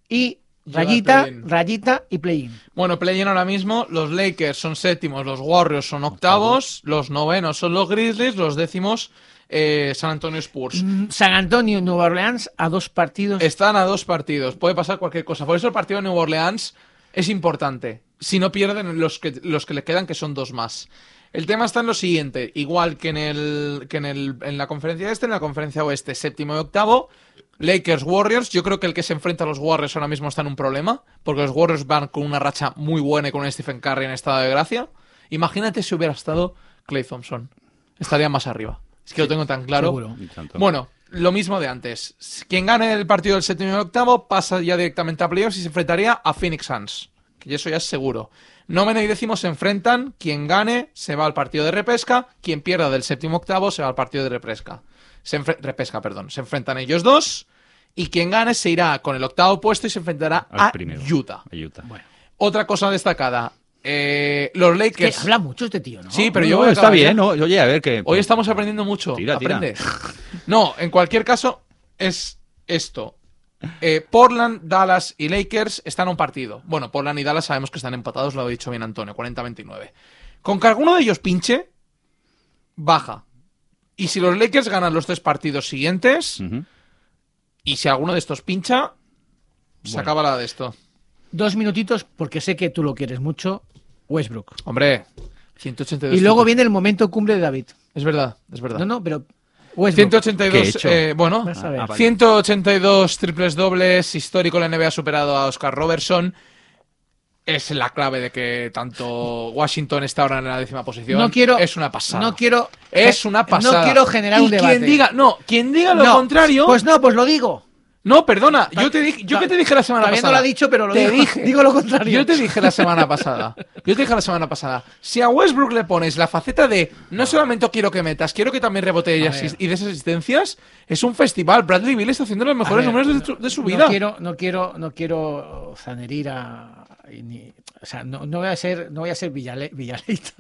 Speaker 2: Y
Speaker 4: Llega el
Speaker 2: rayita,
Speaker 4: play-in.
Speaker 2: rayita y play-in.
Speaker 4: Bueno, play-in ahora mismo. Los Lakers son séptimos, los Warriors son octavos, los novenos son los Grizzlies, los décimos eh, San Antonio Spurs.
Speaker 2: Mm, San Antonio y Nueva Orleans a dos partidos.
Speaker 4: Están a dos partidos, puede pasar cualquier cosa. Por eso el partido de New Orleans es importante. Si no pierden los que, los que le quedan, que son dos más. El tema está en lo siguiente, igual que en, el, que en, el, en la conferencia este, en la conferencia oeste, séptimo y octavo, Lakers, Warriors, yo creo que el que se enfrenta a los Warriors ahora mismo está en un problema, porque los Warriors van con una racha muy buena y con un Stephen Curry en estado de gracia. Imagínate si hubiera estado Clay Thompson, estaría más arriba. Es que lo tengo tan claro.
Speaker 2: seguro.
Speaker 3: Y tanto.
Speaker 4: Bueno, lo mismo de antes. Quien gane el partido del séptimo y el octavo pasa ya directamente a playoffs y se enfrentaría a Phoenix Suns. Que eso ya es seguro. Noveno y décimo se enfrentan. Quien gane se va al partido de repesca. Quien pierda del séptimo octavo se va al partido de repesca. Se enfre- repesca, perdón. Se enfrentan ellos dos. Y quien gane se irá con el octavo puesto y se enfrentará
Speaker 3: Al
Speaker 4: a
Speaker 3: primero.
Speaker 4: Utah.
Speaker 3: A Utah.
Speaker 4: Otra cosa destacada. eh, los
Speaker 2: Que
Speaker 4: Lakers.
Speaker 2: habla mucho este tío, ¿no?
Speaker 4: Sí, pero
Speaker 3: No,
Speaker 4: yo voy a
Speaker 3: está
Speaker 4: acabar ya.
Speaker 3: bien, ¿no? Oye, a ver que.
Speaker 4: Hoy estamos aprendiendo mucho.
Speaker 3: Tira, tira.
Speaker 4: Aprende. No, en cualquier caso, es esto. Eh, Portland, Dallas y Lakers están a un partido. Bueno, Portland y Dallas sabemos que están empatados, lo ha dicho bien Antonio, 40-29. Con que alguno de ellos pinche, baja. Y si los Lakers ganan los tres partidos siguientes,
Speaker 3: Ujú.
Speaker 4: y si alguno de estos pincha, se acaba la de esto.
Speaker 2: Dos minutitos, porque sé que tú lo quieres mucho, Westbrook.
Speaker 4: Hombre, 182.
Speaker 2: Y luego
Speaker 4: títulos.
Speaker 2: viene el momento cumbre de David.
Speaker 4: Es verdad, es verdad.
Speaker 2: No, no, pero. Westbrook.
Speaker 4: 182,
Speaker 3: ¿Qué he hecho?
Speaker 4: eh, bueno,
Speaker 2: Vas a ver.
Speaker 3: Ah, vale.
Speaker 4: 182 triples dobles, histórico la NBA ha superado a Oscar Robertson. Es la clave de que tanto Washington está ahora en la décima posición.
Speaker 2: No quiero.
Speaker 4: es una pasada.
Speaker 2: No quiero.
Speaker 4: es una pasada.
Speaker 2: No quiero generar
Speaker 4: Y
Speaker 2: un debate.
Speaker 4: Quien diga, no, quien diga lo
Speaker 2: No,
Speaker 4: contrario.
Speaker 2: Pues no, pues lo digo.
Speaker 4: no, perdona, yo te dije, yo
Speaker 2: Ta-
Speaker 4: que te dije la semana
Speaker 2: Todavía
Speaker 4: pasada.
Speaker 2: no lo ha dicho, pero lo
Speaker 4: Te
Speaker 2: digo.
Speaker 4: dije.
Speaker 2: Digo lo contrario.
Speaker 4: Yo te dije la semana pasada. Yo te dije la semana pasada. Si a Westbrook le pones la faceta de no solamente quiero que metas, quiero que también rebote y,
Speaker 2: A
Speaker 4: asist-
Speaker 2: ver.
Speaker 4: y des asistencias, es un festival. Bradley Bill está haciendo los
Speaker 2: A ver,
Speaker 4: mejores números de
Speaker 2: no-
Speaker 4: su, de su
Speaker 2: no
Speaker 4: vida.
Speaker 2: quiero, no quiero, no quiero zanerir a. ni- o sea, no, no voy a ser, no voy a ser Villale- Villaleita.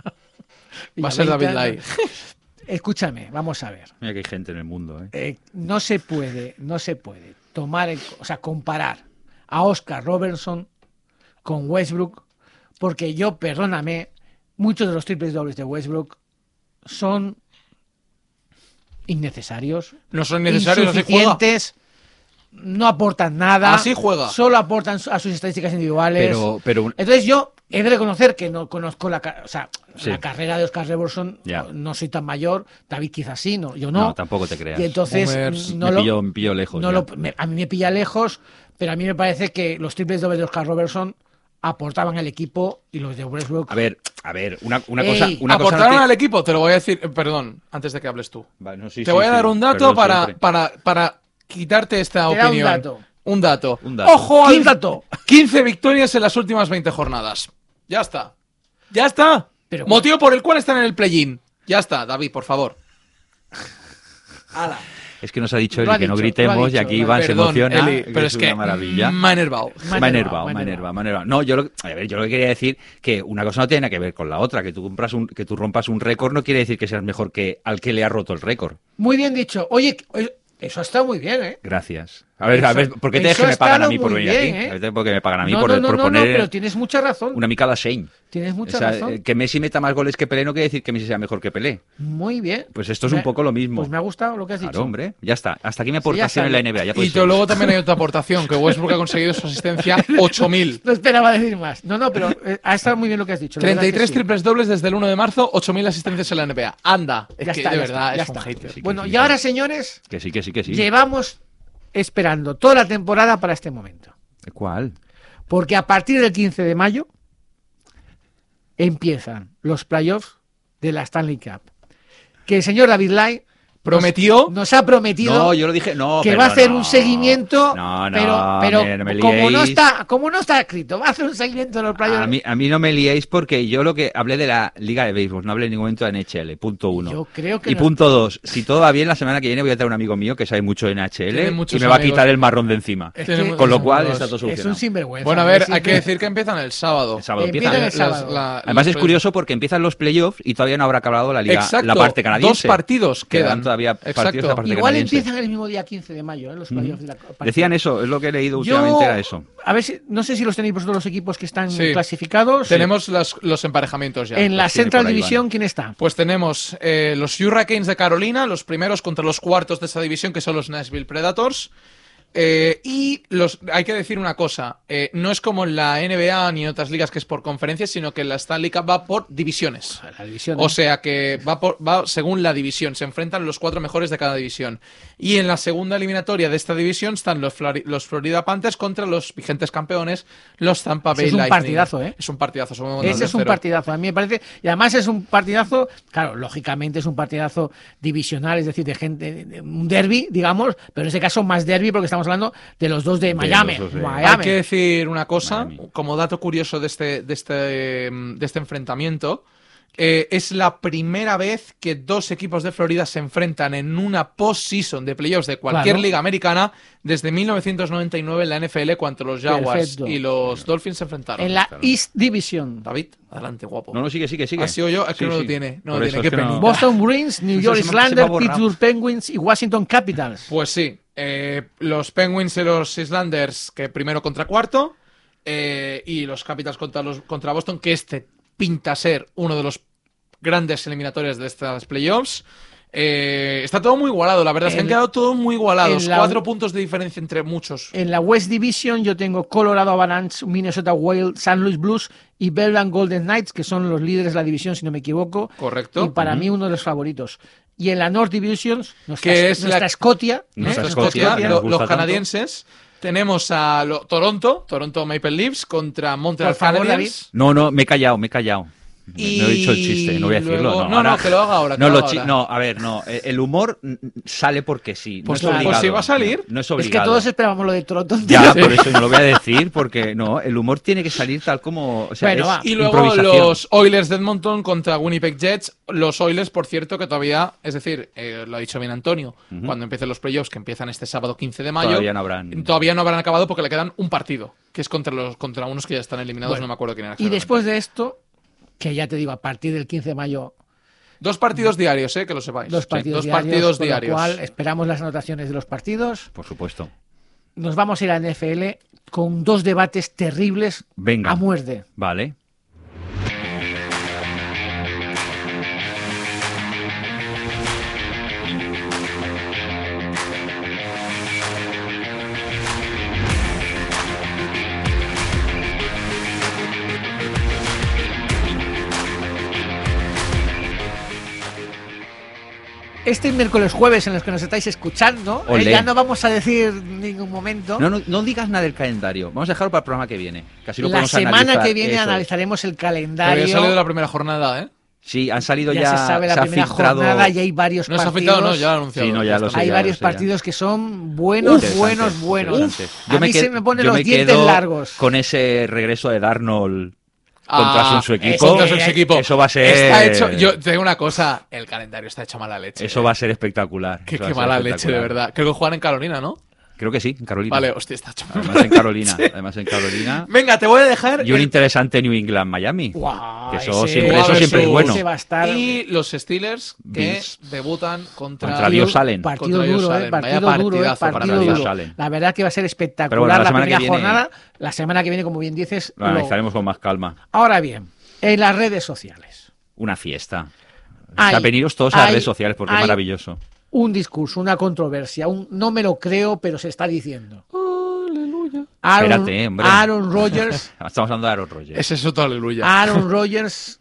Speaker 4: Va a ser David
Speaker 2: Villaleita,
Speaker 4: Lai.
Speaker 2: no. Escúchame, vamos a ver.
Speaker 3: Mira que hay gente en el mundo, ¿eh?
Speaker 2: Eh, no se puede, no se puede tomar, el- o sea, comparar a Oscar Robertson con Westbrook, porque yo, perdóname, muchos de los triples dobles de Westbrook son innecesarios,
Speaker 4: No son necesarios, así juega.
Speaker 2: insuficientes, no aportan nada,
Speaker 4: Así juega.
Speaker 2: solo aportan su- a sus estadísticas individuales.
Speaker 3: Pero, pero un-
Speaker 2: Entonces yo he de reconocer que no conozco la, ca- o sea,
Speaker 3: Sí.
Speaker 2: la carrera de Oscar Robertson,
Speaker 3: Ya.
Speaker 2: no, no soy tan mayor, David quizás sí, no, yo
Speaker 3: no,
Speaker 2: no.
Speaker 3: tampoco te creas.
Speaker 2: y entonces mm,
Speaker 4: Boomers.
Speaker 2: no
Speaker 3: me,
Speaker 2: lo,
Speaker 3: pillo, me pillo lejos.
Speaker 2: no
Speaker 3: ya.
Speaker 2: lo- me- a mí me pilla lejos, pero a mí me parece que los triples dobles de Oscar Robertson aportaban al equipo y los de Westbrook.
Speaker 3: A ver, a ver, una, una
Speaker 2: Ey,
Speaker 3: cosa. Una cosa
Speaker 4: Aportaron
Speaker 3: no
Speaker 4: al equipo, te lo voy a decir, eh, perdón, antes de que hables tú.
Speaker 3: Va, no, sí,
Speaker 4: te
Speaker 3: sí,
Speaker 4: voy a
Speaker 3: sí,
Speaker 4: dar un dato
Speaker 3: perdón,
Speaker 4: para,
Speaker 3: siempre.
Speaker 4: para, para quitarte esta
Speaker 2: Te da un
Speaker 4: opinión.
Speaker 2: dato.
Speaker 4: Un dato.
Speaker 3: Un dato.
Speaker 4: ¡Ojo al
Speaker 2: ¡Qué dato!
Speaker 4: 15 victorias en las últimas 20 jornadas. Ya está. Ya está.
Speaker 2: Pero-
Speaker 4: Motivo por el cual están en el play-in. Ya está, David, por favor. Ala.
Speaker 3: Es que nos ha dicho
Speaker 2: Lo
Speaker 3: Eli
Speaker 2: ha
Speaker 3: que no
Speaker 2: dicho,
Speaker 3: gritemos
Speaker 2: lo ha dicho,
Speaker 3: y aquí
Speaker 2: lo ha-
Speaker 3: Iván se
Speaker 4: Perdón,
Speaker 3: emociona.
Speaker 4: Eli, pero es
Speaker 3: una
Speaker 4: que
Speaker 3: maravilla.
Speaker 4: me ha enervado.
Speaker 2: Me ha
Speaker 3: Me
Speaker 2: enervado,
Speaker 3: ha enervado,
Speaker 2: me ha
Speaker 3: me ha enervado, me ha enervado. No, yo lo, a ver, yo lo que quería decir que una cosa no tiene nada que ver con la otra. Que tú, compras un, que tú rompas un récord no quiere decir que seas mejor que al que le ha roto el récord.
Speaker 2: Muy bien dicho. Oye, oye, eso está muy bien, ¿eh?
Speaker 3: Gracias. A ver, a
Speaker 2: Eso-
Speaker 3: ver, ¿por qué te
Speaker 2: eso
Speaker 3: dejes que me
Speaker 2: está
Speaker 3: pagan a
Speaker 2: lo
Speaker 3: mí por
Speaker 2: muy
Speaker 3: venir
Speaker 2: bien,
Speaker 3: aquí?
Speaker 2: ¿eh?
Speaker 3: A ver, Porque me pagan a mí
Speaker 2: no,
Speaker 3: por
Speaker 2: no, no, no, no,
Speaker 3: proponer
Speaker 2: pero tienes mucha razón.
Speaker 3: una mica a la Shane.
Speaker 2: Tienes mucha
Speaker 3: O sea,
Speaker 2: razón.
Speaker 3: eh, que Messi meta más goles que Pelé no quiere decir que Messi sea mejor que Pelé.
Speaker 2: muy bien.
Speaker 3: Pues esto es
Speaker 2: Me-
Speaker 3: un poco lo mismo.
Speaker 2: Pues me ha gustado lo que has
Speaker 3: Claro,
Speaker 2: dicho.
Speaker 3: hombre. Ya está. Hasta aquí mi
Speaker 2: Sí, ya
Speaker 3: aportación en
Speaker 2: está.
Speaker 3: la NBA. Ya pues
Speaker 4: Y
Speaker 3: podéis
Speaker 4: te-
Speaker 3: ir.
Speaker 4: luego también hay otra aportación, que Westbrook ha conseguido su asistencia
Speaker 2: [LAUGHS]
Speaker 4: 8.000.
Speaker 2: No esperaba decir más. No, no, pero eh, ha estado muy bien lo que has dicho. la verdad que
Speaker 4: 33
Speaker 2: sí.
Speaker 4: triples dobles desde el 1 de marzo, 8.000 asistencias en la NBA. Anda, es
Speaker 2: Ya
Speaker 4: que
Speaker 2: está,
Speaker 4: de
Speaker 2: ya
Speaker 4: verdad
Speaker 2: está, ya
Speaker 4: es un
Speaker 2: está.
Speaker 4: hater.
Speaker 3: Sí, que
Speaker 2: Bueno,
Speaker 3: sí,
Speaker 2: y
Speaker 3: sí.
Speaker 2: ahora, señores,
Speaker 3: Que sí, que sí, que sí.
Speaker 2: llevamos esperando toda la temporada para este momento.
Speaker 3: ¿Cuál?
Speaker 2: Porque a partir del 15 de mayo empiezan los playoffs de la Stanley Cup. Que el señor David Lai
Speaker 4: Prometió
Speaker 2: nos ha prometido
Speaker 3: No, yo lo dije. No,
Speaker 2: que
Speaker 3: pero
Speaker 2: va a hacer
Speaker 3: no.
Speaker 2: un seguimiento,
Speaker 3: No, no,
Speaker 2: pero, pero
Speaker 3: mira, no me
Speaker 2: como, no
Speaker 3: liéis.
Speaker 2: está, como no está escrito, va a hacer un seguimiento de los playoffs.
Speaker 3: A mí, a mí no me liéis porque yo lo que hablé de la Liga de Béisbol, no hablé en ningún momento de NHL, punto uno.
Speaker 2: Yo creo que
Speaker 3: y
Speaker 2: no.
Speaker 3: punto dos, si todo va bien, la semana que viene voy a traer a un amigo mío que sabe mucho de NHL
Speaker 4: Tiene
Speaker 3: y
Speaker 4: muchos
Speaker 3: me va a
Speaker 4: amigos. Eh,
Speaker 3: quitar el marrón de encima.
Speaker 2: Es
Speaker 4: Tiene
Speaker 2: que-
Speaker 4: muchos
Speaker 3: Con lo cual
Speaker 4: amigos.
Speaker 3: está todo
Speaker 2: es un
Speaker 3: solucionado.
Speaker 2: sinvergüenza.
Speaker 4: Bueno, a ver,
Speaker 2: siempre-
Speaker 4: hay que decir que empiezan el sábado.
Speaker 3: El sábado
Speaker 2: Empiezan
Speaker 3: empieza.
Speaker 2: el sábado.
Speaker 3: Además es
Speaker 4: los-
Speaker 3: curioso porque empiezan los playoffs y todavía no habrá acabado la liga,
Speaker 4: Exacto,
Speaker 3: la parte canadiense.
Speaker 4: dos partidos quedan.
Speaker 3: todavía partidos de
Speaker 4: Exacto.
Speaker 3: la parte
Speaker 2: Igual
Speaker 3: canadiense.
Speaker 2: empiezan el mismo día 15 de mayo, ¿eh? los playoffs de la Copa.
Speaker 3: Decían eso, es lo que he leído
Speaker 2: Yo-
Speaker 3: últimamente era eso.
Speaker 2: A ver, si, no sé si los tenéis vosotros los equipos que están
Speaker 4: Sí.
Speaker 2: clasificados.
Speaker 4: Tenemos las- los emparejamientos ya.
Speaker 2: en la
Speaker 3: los tiene
Speaker 2: Central
Speaker 3: por ahí,
Speaker 2: División,
Speaker 3: Iván.
Speaker 2: ¿quién está?
Speaker 4: Pues tenemos eh, los Hurricanes de Carolina, los primeros contra los cuartos de esa división, que son los Nashville Predators. Eh, y los, hay que decir una cosa, eh, no es como en la NBA ni en otras ligas que es por conferencias, sino que la Stanley Cup va por divisiones.
Speaker 2: La división.
Speaker 4: O
Speaker 2: ¿eh?
Speaker 4: sea que va, por- va según la división, se enfrentan los cuatro mejores de cada división. Y en la segunda eliminatoria de esta división están los, Flori- los Florida Panthers contra los vigentes campeones, los Tampa
Speaker 2: Ese
Speaker 4: Bay
Speaker 2: es un
Speaker 4: Lightning.
Speaker 2: partidazo, ¿eh?
Speaker 4: Es un partidazo, somos
Speaker 2: Ese es un
Speaker 4: 2-0.
Speaker 2: partidazo, a mí me parece. Y además es un partidazo, claro, lógicamente es un partidazo divisional, es decir, de gente, de un derby, digamos, pero en este caso más derby porque estamos hablando de los dos de
Speaker 3: los
Speaker 2: Miami.
Speaker 3: dos de-
Speaker 2: Miami.
Speaker 4: Hay que decir una cosa,
Speaker 3: Miami.
Speaker 4: como dato curioso de este, de este, mm, de este enfrentamiento. eh, es la primera vez que dos equipos de Florida se enfrentan en una postseason de playoffs de cualquier
Speaker 2: Claro.
Speaker 4: liga americana desde 1999 en la NFL cuando los Jaguars
Speaker 2: Perfecto.
Speaker 4: y los Dolphins se enfrentaron.
Speaker 2: En la East Division.
Speaker 4: David, adelante, guapo.
Speaker 3: No, no, sigue, sigue, sigue.
Speaker 4: ¿Ha sido Ah, yo? Es que no lo tiene, no lo
Speaker 3: Por
Speaker 4: tiene,
Speaker 3: eso,
Speaker 4: qué
Speaker 3: es que no-
Speaker 4: penita.
Speaker 2: Boston Bruins, New
Speaker 3: Eso
Speaker 2: York
Speaker 3: se me- se me ha
Speaker 2: Islanders,
Speaker 3: borrado.
Speaker 2: Pittsburgh Penguins y Washington Capitals.
Speaker 4: Pues sí, eh, los Penguins y los Islanders, que primero contra cuarto, eh, y los Capitals contra, los, contra Boston, que este pinta ser uno de los grandes eliminatorias de estas playoffs. Eh, está todo muy igualado, la verdad. Se
Speaker 2: En-
Speaker 4: han quedado todos muy igualados.
Speaker 2: en la-
Speaker 4: Cuatro puntos de diferencia entre muchos.
Speaker 2: En la West Division yo tengo Colorado Avalanche, Minnesota Wild, San Luis Blues y Belgrade Golden Knights, que son los líderes de la división, si no me equivoco.
Speaker 4: Correcto.
Speaker 2: Y para mí uno de los favoritos. Y en la North Division, nuestra,
Speaker 4: Que es
Speaker 2: nuestra
Speaker 4: la-
Speaker 2: Escotia, ¿eh?
Speaker 3: Nuestra
Speaker 4: Entonces,
Speaker 3: Escocia,
Speaker 4: Escocia,
Speaker 3: que
Speaker 4: lo-
Speaker 3: nos gusta
Speaker 4: los
Speaker 3: tanto.
Speaker 4: canadienses. Tenemos a lo- Toronto, Toronto Maple Leafs contra Montreal
Speaker 2: Por favor,
Speaker 4: Canadiens.
Speaker 3: No, no, me he callado, me he callado.
Speaker 4: Y
Speaker 3: No he dicho el chiste, no voy a
Speaker 4: luego-
Speaker 3: decirlo.
Speaker 4: no,
Speaker 3: No,
Speaker 4: no, que lo haga ahora, que
Speaker 3: No,
Speaker 4: lo
Speaker 3: lo
Speaker 4: haga
Speaker 3: chi-
Speaker 4: ahora.
Speaker 3: no, a ver, no. eh, El humor mm, sale porque sí. no es
Speaker 4: Pues
Speaker 2: claro.
Speaker 3: obligado,
Speaker 4: Pues si va a salir.
Speaker 3: No, no es
Speaker 2: Es que
Speaker 3: obligado.
Speaker 2: todos esperábamos lo de Toronto.
Speaker 3: Ya,
Speaker 4: Sí.
Speaker 3: por eso no
Speaker 2: [LAUGHS]
Speaker 3: lo voy a decir, porque no, el humor tiene que salir tal como. O sea,
Speaker 2: Bueno,
Speaker 3: es
Speaker 2: va.
Speaker 4: Y luego
Speaker 3: Ah, improvisación.
Speaker 4: los Oilers de Edmonton contra Winnipeg Jets. Los Oilers, por cierto, que todavía, es decir, eh, lo ha dicho bien Antonio, cuando empiecen los playoffs, que empiezan este sábado 15 de mayo,
Speaker 3: Todavía no habrán-
Speaker 4: todavía no habrán acabado porque le quedan un partido, que es contra los contra unos que ya están eliminados,
Speaker 2: Bueno,
Speaker 4: no me acuerdo quién era.
Speaker 2: Y después de esto, que ya te digo, a partir del 15 de mayo,
Speaker 4: exactamente. Dos partidos diarios, eh, que lo sepáis.
Speaker 2: dos
Speaker 4: Sí,
Speaker 2: partidos
Speaker 4: dos
Speaker 2: diarios.
Speaker 4: partidos
Speaker 2: con lo
Speaker 4: diarios.
Speaker 2: cual esperamos las anotaciones de los partidos.
Speaker 3: Por supuesto.
Speaker 2: Nos vamos a ir a NFL con dos debates terribles
Speaker 3: Venga.
Speaker 2: a muerte.
Speaker 3: Vale.
Speaker 2: Este miércoles jueves en los que nos estáis escuchando, eh,
Speaker 3: Olé.
Speaker 2: ya no vamos a decir ningún momento.
Speaker 3: No, no, no digas nada del calendario. Vamos a dejarlo para el programa que viene. Casi lo
Speaker 2: la
Speaker 3: podemos
Speaker 2: semana
Speaker 3: analizar,
Speaker 2: que viene
Speaker 3: eso es.
Speaker 2: analizaremos el
Speaker 4: Pero
Speaker 2: calendario.
Speaker 4: ya ha salido la primera jornada, ¿eh?
Speaker 3: Sí, han salido
Speaker 2: ya,
Speaker 3: ya.
Speaker 2: se sabe la
Speaker 3: ha
Speaker 2: primera
Speaker 3: filtrado-
Speaker 2: jornada y hay varios
Speaker 4: No se ha
Speaker 2: partidos.
Speaker 4: afectado, no, ya lo han anunciado.
Speaker 3: Sí, no, ya lo
Speaker 4: está.
Speaker 3: sé.
Speaker 2: hay
Speaker 3: ya
Speaker 2: varios
Speaker 3: sé, ya.
Speaker 2: partidos que son buenos,
Speaker 3: Interesantes,
Speaker 2: buenos, buenos.
Speaker 3: interesantes.
Speaker 2: a mí
Speaker 3: qued-
Speaker 2: se me ponen
Speaker 3: yo
Speaker 2: los dientes
Speaker 3: quedo
Speaker 2: largos.
Speaker 3: Con ese regreso de Darnold
Speaker 4: Ah,
Speaker 3: contra su
Speaker 4: eso,
Speaker 3: equipo.
Speaker 4: contra
Speaker 2: Eh,
Speaker 4: su equipo.
Speaker 3: Eso va a ser.
Speaker 4: Está hecho, yo te digo una cosa, el calendario está hecho mala leche.
Speaker 3: Eso va a ser espectacular.
Speaker 4: Qué,
Speaker 3: Eso va
Speaker 4: qué
Speaker 3: a ser
Speaker 4: mala leche, de
Speaker 3: espectacular.
Speaker 4: verdad. Creo que juegan en Carolina, ¿no?
Speaker 3: Creo que sí, en Carolina.
Speaker 4: Vale, hostia, está hecho
Speaker 3: Además en Carolina. Además en Carolina.
Speaker 4: Venga, te voy a dejar.
Speaker 3: Y un
Speaker 4: el-
Speaker 3: interesante New England Miami.
Speaker 2: Guau,
Speaker 3: Que eso
Speaker 2: ese-
Speaker 3: siempre, eso
Speaker 4: Guau,
Speaker 3: siempre es
Speaker 4: versus-
Speaker 3: bueno.
Speaker 2: ese va a estar
Speaker 4: y los Steelers que
Speaker 3: Bills.
Speaker 4: debutan contra,
Speaker 3: Contra Dios Allen.
Speaker 2: Partido
Speaker 4: Contra Dios
Speaker 2: duro, eh,
Speaker 4: Allen. Vaya
Speaker 2: partido duro, eh,
Speaker 4: partidazo para
Speaker 2: partido
Speaker 3: Dios
Speaker 2: duro.
Speaker 3: Allen.
Speaker 2: La verdad que va a ser espectacular
Speaker 3: Pero bueno, la
Speaker 2: la,
Speaker 3: semana que
Speaker 2: primera
Speaker 3: viene-
Speaker 2: jornada. La semana que viene, como bien dices,
Speaker 3: Lo
Speaker 2: lo-
Speaker 3: analizaremos con más calma.
Speaker 2: Ahora bien, en las redes sociales.
Speaker 3: Una fiesta.
Speaker 2: Hay-
Speaker 3: O sea, veniros todos a las
Speaker 2: hay-
Speaker 3: redes sociales porque
Speaker 2: hay-
Speaker 3: es maravilloso.
Speaker 2: un discurso, una controversia, un no me lo creo, pero se está diciendo. Aleluya. Aaron,
Speaker 3: Espérate, hombre.
Speaker 2: Aaron Rodgers,
Speaker 3: [LAUGHS]
Speaker 2: [LAUGHS]
Speaker 3: Estamos hablando de Aaron Rodgers.
Speaker 4: Ese es otro aleluya.
Speaker 2: Aaron Rodgers